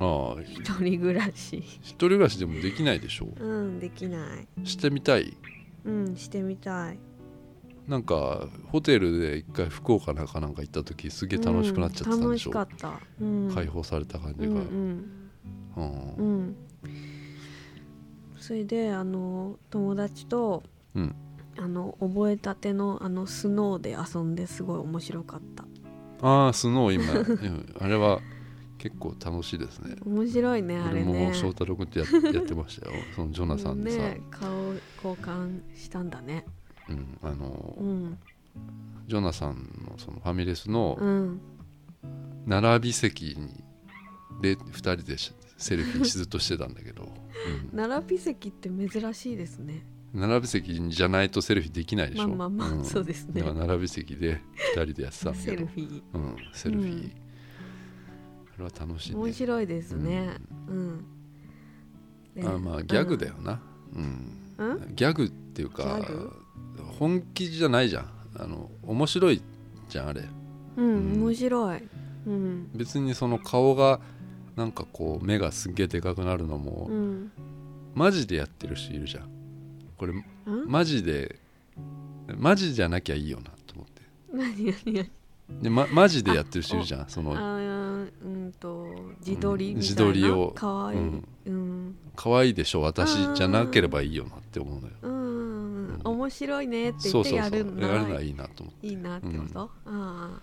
Speaker 1: あ
Speaker 2: 一人暮らし
Speaker 1: 一人暮らしでもできないでしょ
Speaker 2: うんできない
Speaker 1: してみたい
Speaker 2: うんしてみたい
Speaker 1: なんかホテルで一回福岡なんかなんか行った時すげえ楽しくなっちゃってたんでしょ、
Speaker 2: うん、楽しかった、うん、
Speaker 1: 解放された感じ
Speaker 2: う
Speaker 1: が、
Speaker 2: ん
Speaker 1: う
Speaker 2: うんんうんそれであの友達と、
Speaker 1: うん
Speaker 2: あの覚えたてのあのスノーで遊んですごい面白かった
Speaker 1: ああスノー今うんあれは結構楽しいですね
Speaker 2: 面白いねあ
Speaker 1: 俺
Speaker 2: れ
Speaker 1: も
Speaker 2: ね
Speaker 1: 翔太郎君とややってましたよそのジョナさんでさ、
Speaker 2: ね顔交換したんだね
Speaker 1: うん、あの
Speaker 2: うん
Speaker 1: ジョナさんのそのファミレスの
Speaker 2: うん
Speaker 1: 並び席にで2人でしセルフィーしずっとしてたんだけ ど、うん
Speaker 2: 並び席って珍しいですね
Speaker 1: 並び席じゃないとセルフィーできないでし
Speaker 2: まあ
Speaker 1: ょ
Speaker 2: まあまあ、
Speaker 1: うん
Speaker 2: そうですね
Speaker 1: だから並び席で2人でやってたんだ
Speaker 2: セ
Speaker 1: け
Speaker 2: ル
Speaker 1: ど
Speaker 2: フィ
Speaker 1: うん、セルフィー、
Speaker 2: う
Speaker 1: あれは楽しい
Speaker 2: ー
Speaker 1: ね
Speaker 2: 面白いですねうん、で
Speaker 1: あまあギャグだよな、うん
Speaker 2: うん、
Speaker 1: ギャグっていうか
Speaker 2: ギャグ
Speaker 1: 本気じゃないじゃんあの面白いじゃんあれ
Speaker 2: うん
Speaker 1: うん
Speaker 2: 面白いうん
Speaker 1: 別にその顔がなんかこう目がすっげえでかくなるのも、
Speaker 2: うん
Speaker 1: マジでやってる人いるじゃんこれ
Speaker 2: うん
Speaker 1: マジでマジじゃなきゃいいよなと思って
Speaker 2: 何何何
Speaker 1: で、ま、マジでやってる人いるじゃんその
Speaker 2: あーうんと自撮りみたいな、
Speaker 1: 自撮りを
Speaker 2: かわいい、
Speaker 1: う
Speaker 2: うんんうん
Speaker 1: 可愛いでしょ私じゃなければいいよなって思うのよ
Speaker 2: うん面白いねって
Speaker 1: そ
Speaker 2: 言
Speaker 1: う
Speaker 2: って
Speaker 1: そうそう
Speaker 2: や
Speaker 1: やる
Speaker 2: るの
Speaker 1: のはいいなと思って
Speaker 2: いいなってこと、あ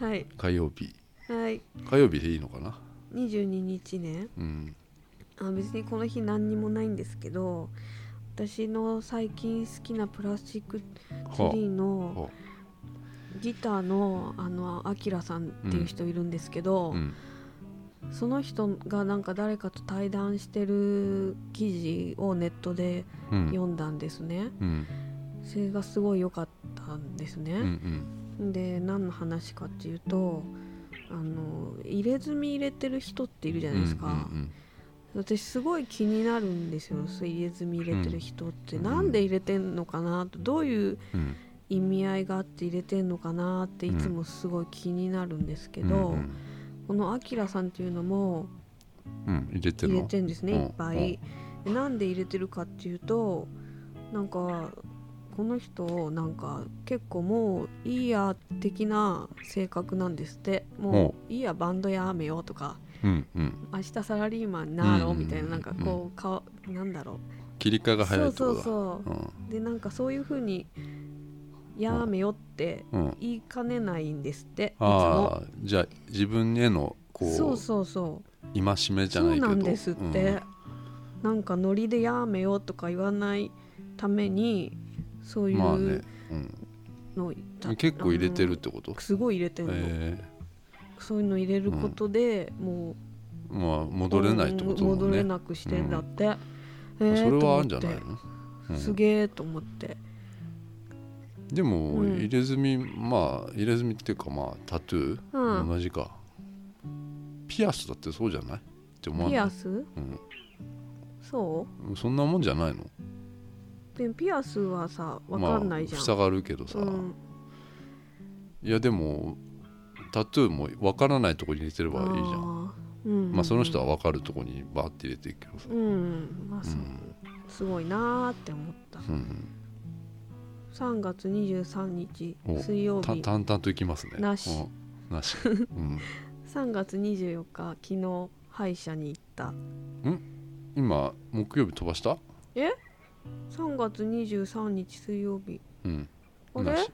Speaker 2: あ はい
Speaker 1: 火曜日
Speaker 2: はい
Speaker 1: 火曜日でいいのかな
Speaker 2: 22日ね
Speaker 1: うん
Speaker 2: あ別にこの日何にもないんですけど私の最近好きなプラスチックツリーの
Speaker 1: は
Speaker 2: ギターのあのアキラさんっていう人いるんですけど、
Speaker 1: あうん
Speaker 2: その人がなんか誰かと対談してる記事をネットで
Speaker 1: うん
Speaker 2: 読んだんですね。
Speaker 1: うん
Speaker 2: それがすごい良かったんです
Speaker 1: うんう
Speaker 2: ね。
Speaker 1: ん
Speaker 2: で何の話かっていうとあの入れ墨入れてる人っているじゃないですか。
Speaker 1: うん
Speaker 2: 私すごい気になるんですよそう入れ墨入れてる人って、
Speaker 1: うん
Speaker 2: なんで入れてんのかなとどういう
Speaker 1: うん
Speaker 2: 意味合いがあって入れてんのかなっていつもすごい気になるんですけど、
Speaker 1: うん
Speaker 2: このあきらさんっていうのも
Speaker 1: うんうん入れてる
Speaker 2: 入
Speaker 1: の
Speaker 2: れてんですね
Speaker 1: うん
Speaker 2: いっぱい。でなんで入れてるかっていうとなんかこの人なんか結構もういいや的な性格なんですってもういいやバンドやめようとか
Speaker 1: うんうん
Speaker 2: 明日サラリーマンになろう
Speaker 1: うん
Speaker 2: みたいななんかこう顔なんだろ
Speaker 1: 切り替え
Speaker 2: う
Speaker 1: が早
Speaker 2: そ
Speaker 1: いうって
Speaker 2: そ
Speaker 1: こ
Speaker 2: う
Speaker 1: とだ
Speaker 2: そうでなんかそういうふうにやめよって
Speaker 1: うんうん
Speaker 2: 言いかねないんですっていつも
Speaker 1: ああじゃあ自分へのこ
Speaker 2: そう
Speaker 1: う
Speaker 2: そうそう
Speaker 1: 戒めじゃ
Speaker 2: そ
Speaker 1: ないうけど
Speaker 2: なんですっ
Speaker 1: うん
Speaker 2: て、なんかノリでやめようとか言わないためにそうい
Speaker 1: まあね
Speaker 2: う、
Speaker 1: うん
Speaker 2: の、だ
Speaker 1: 結構入れてるってこ
Speaker 2: あ
Speaker 1: と
Speaker 2: のすごい入れてるの、
Speaker 1: え
Speaker 2: そういうの入れることで、もう
Speaker 1: えまあ戻れないってことだもんね
Speaker 2: 戻れなくしてんだって、
Speaker 1: そ
Speaker 2: えー
Speaker 1: れはあるんじ
Speaker 2: と
Speaker 1: ゃ
Speaker 2: 思
Speaker 1: ない
Speaker 2: って
Speaker 1: の、うん
Speaker 2: すげえと思って
Speaker 1: でも
Speaker 2: うん
Speaker 1: 入れ墨、まあ入れ墨っていうかまあタトゥー、
Speaker 2: うん
Speaker 1: 同じかピアスだってそうじゃないって思わ
Speaker 2: ピ
Speaker 1: ない
Speaker 2: アスそ
Speaker 1: うん、そんなもんじゃないの
Speaker 2: うでもピアスはさわかんないじゃん、
Speaker 1: まあ、塞がるけどさ、
Speaker 2: うん
Speaker 1: いやでもタトゥーもわからないとこに入れてればいいじゃん
Speaker 2: あーうん
Speaker 1: まあその人はわかるとこにバーって入れていくけどさ、
Speaker 2: うんまあそう、すごいなーって思った
Speaker 1: うん、
Speaker 2: 3月23日
Speaker 1: お
Speaker 2: 水曜
Speaker 1: た
Speaker 2: 日
Speaker 1: 淡々といきますね
Speaker 2: なし
Speaker 1: うんなし、うん、
Speaker 2: 3月24日昨日歯医者に行った
Speaker 1: 今木曜日飛ばした
Speaker 2: 3月23日水曜日
Speaker 1: うん
Speaker 2: あ
Speaker 1: な
Speaker 2: れ
Speaker 1: し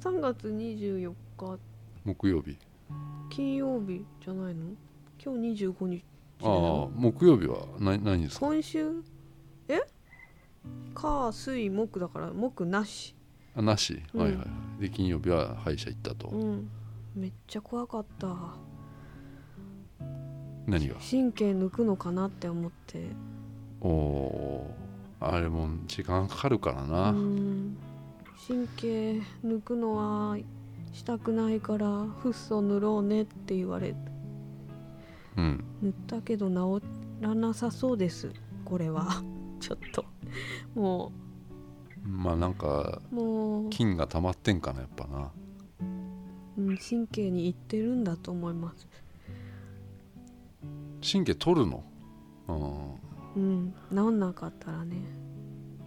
Speaker 2: 3月24日
Speaker 1: 木曜日
Speaker 2: 金曜日じゃないの今日25日
Speaker 1: ああ木曜日は何何ですか
Speaker 2: 今週え火水木だから木なし
Speaker 1: あなし、
Speaker 2: うん
Speaker 1: はいはいはいで金曜日は歯医者行ったと、
Speaker 2: うんめっちゃ怖かった
Speaker 1: 何が
Speaker 2: 神経抜くのかなって思って
Speaker 1: おおーあれも時間かかるからな、
Speaker 2: うん神経抜くのはしたくないからフッ素塗ろうねって言われ
Speaker 1: うん、
Speaker 2: 塗ったけど治らなさそうですこれは ちょっとも
Speaker 1: まあなんか
Speaker 2: うもう、
Speaker 1: 菌が溜まってんかなやっぱな
Speaker 2: うん、神経にいってるんだと思います
Speaker 1: 神経取るのう
Speaker 2: うん治んなかったらね
Speaker 1: ん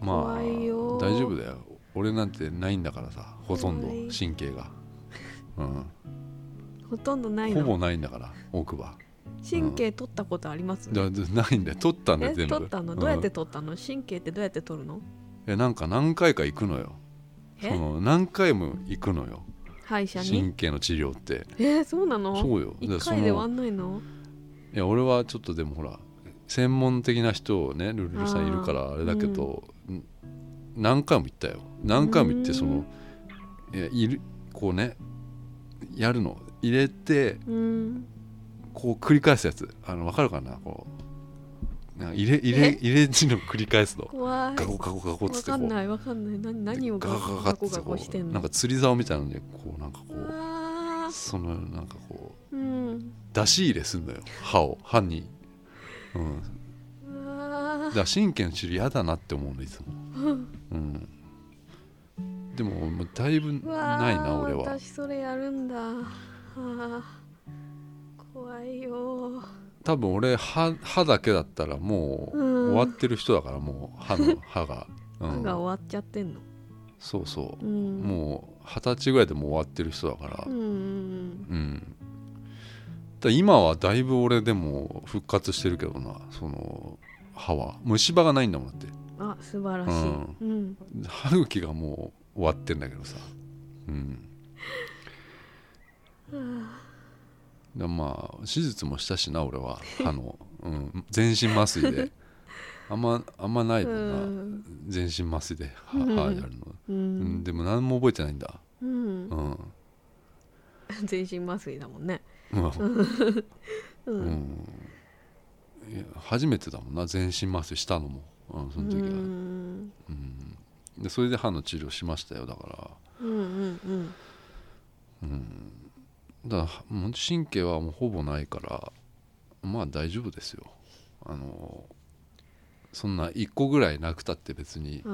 Speaker 1: まあ
Speaker 2: 怖いよ
Speaker 1: 大丈夫だよ俺なんてないんだからさほとんど
Speaker 2: 怖い
Speaker 1: 神経 が、うん、
Speaker 2: ほとんどない
Speaker 1: ほぼ
Speaker 2: の
Speaker 1: ないんだから奥歯
Speaker 2: 神経取ったことあります、
Speaker 1: だだないんだよ取ったんだよ
Speaker 2: え
Speaker 1: 全部
Speaker 2: 取ったのどうやって
Speaker 1: ん
Speaker 2: 取ったの、神経ってどうやって取るの
Speaker 1: いやなんか何回か行くのよそ
Speaker 2: え
Speaker 1: の何回も行くのよ
Speaker 2: 歯医者に
Speaker 1: 神経の治療って
Speaker 2: えそうなの
Speaker 1: そうよ
Speaker 2: 一
Speaker 1: でそ
Speaker 2: 回で終
Speaker 1: の
Speaker 2: わんないの
Speaker 1: いや俺はちょっとでもほら専門的な人をねルルルさんいるからあれだけど、ん何回も行ったよ何回も行っ
Speaker 2: う
Speaker 1: て
Speaker 2: ん
Speaker 1: そのいやいるこうねやるの入れて
Speaker 2: うん
Speaker 1: こう繰り返すやつあの分かるかなこうなんか入れ入れ
Speaker 2: え
Speaker 1: 入れ字の繰り返す の
Speaker 2: 怖い
Speaker 1: ガコガコガコっつ
Speaker 2: わ
Speaker 1: って
Speaker 2: か
Speaker 1: こ
Speaker 2: ん
Speaker 1: う
Speaker 2: ないわかんない何何を
Speaker 1: ガ
Speaker 2: ガ
Speaker 1: ガ
Speaker 2: コ
Speaker 1: ガガ
Speaker 2: ガ
Speaker 1: っ
Speaker 2: コ
Speaker 1: つっ
Speaker 2: ガ
Speaker 1: てこ
Speaker 2: コして
Speaker 1: うん
Speaker 2: の
Speaker 1: なんか釣り竿みたいなのでこうなんかこう
Speaker 2: あー
Speaker 1: そのなんかこう
Speaker 2: うん
Speaker 1: 出し入れすんのよ歯を歯に、うん、
Speaker 2: あ
Speaker 1: だから神経の治療嫌だなって思うのいつ も、うん、でももうだいぶ
Speaker 2: ーうわー
Speaker 1: ないな俺は
Speaker 2: 私それやるんだあー怖いよ
Speaker 1: 多分俺歯歯だけだったらもう
Speaker 2: うん
Speaker 1: 終わってる人だからもう歯の歯が、う
Speaker 2: 歯
Speaker 1: ん、
Speaker 2: が終わっちゃってんの
Speaker 1: そうそうう、
Speaker 2: ん
Speaker 1: もう二十歳ぐらいでもう終わってる人だから
Speaker 2: うんうん
Speaker 1: うん、だから今はだいぶ俺でも復活してるけどなその歯は虫歯がないんだもんだって
Speaker 2: うんあ素晴らし
Speaker 1: う
Speaker 2: い
Speaker 1: ん
Speaker 2: うん
Speaker 1: 歯茎がもう終わってんだけどさうんでまあ手術もしたしな俺は歯の、うん、全身麻酔であんまあんまないも
Speaker 2: うん
Speaker 1: な、
Speaker 2: ん
Speaker 1: 全身麻酔で歯
Speaker 2: うん
Speaker 1: 歯やるの、
Speaker 2: う
Speaker 1: うん
Speaker 2: ん
Speaker 1: でも何も覚えてないんだ
Speaker 2: う
Speaker 1: うんん、
Speaker 2: 全身麻酔だもんね
Speaker 1: まあ
Speaker 2: う
Speaker 1: うんん、いや初めてだもんな全身麻酔したのも、うん、その時は、うん
Speaker 2: ん
Speaker 1: でそれで歯の治療しましたよだから
Speaker 2: うんうんうん
Speaker 1: だからもう神経はもうほぼないからまあ大丈夫ですよ、あのそんな1個ぐらいなくたって別に
Speaker 2: あ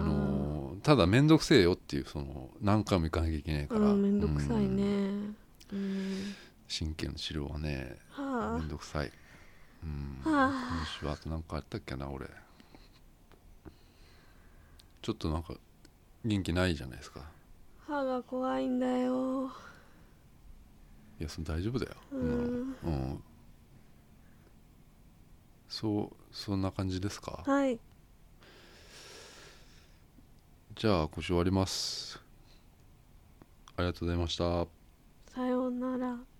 Speaker 1: あ
Speaker 2: の
Speaker 1: のただ面倒くせえよっていうその何回も行かなきゃいけないから
Speaker 2: めんどくさいね
Speaker 1: うん
Speaker 2: うん
Speaker 1: 神経の治療はね
Speaker 2: は
Speaker 1: め
Speaker 2: あ
Speaker 1: んどくさいうん
Speaker 2: はあ
Speaker 1: 今週はあと何かあったっけな俺ちょっとなんか元気ないじゃないですか
Speaker 2: 歯が怖いんだよ
Speaker 1: いやその大丈夫だよそ
Speaker 2: う
Speaker 1: んなの
Speaker 2: ん
Speaker 1: うんそうそんな感じですか
Speaker 2: はい
Speaker 1: じゃあ今週終わりますありがとうございました
Speaker 2: さようなら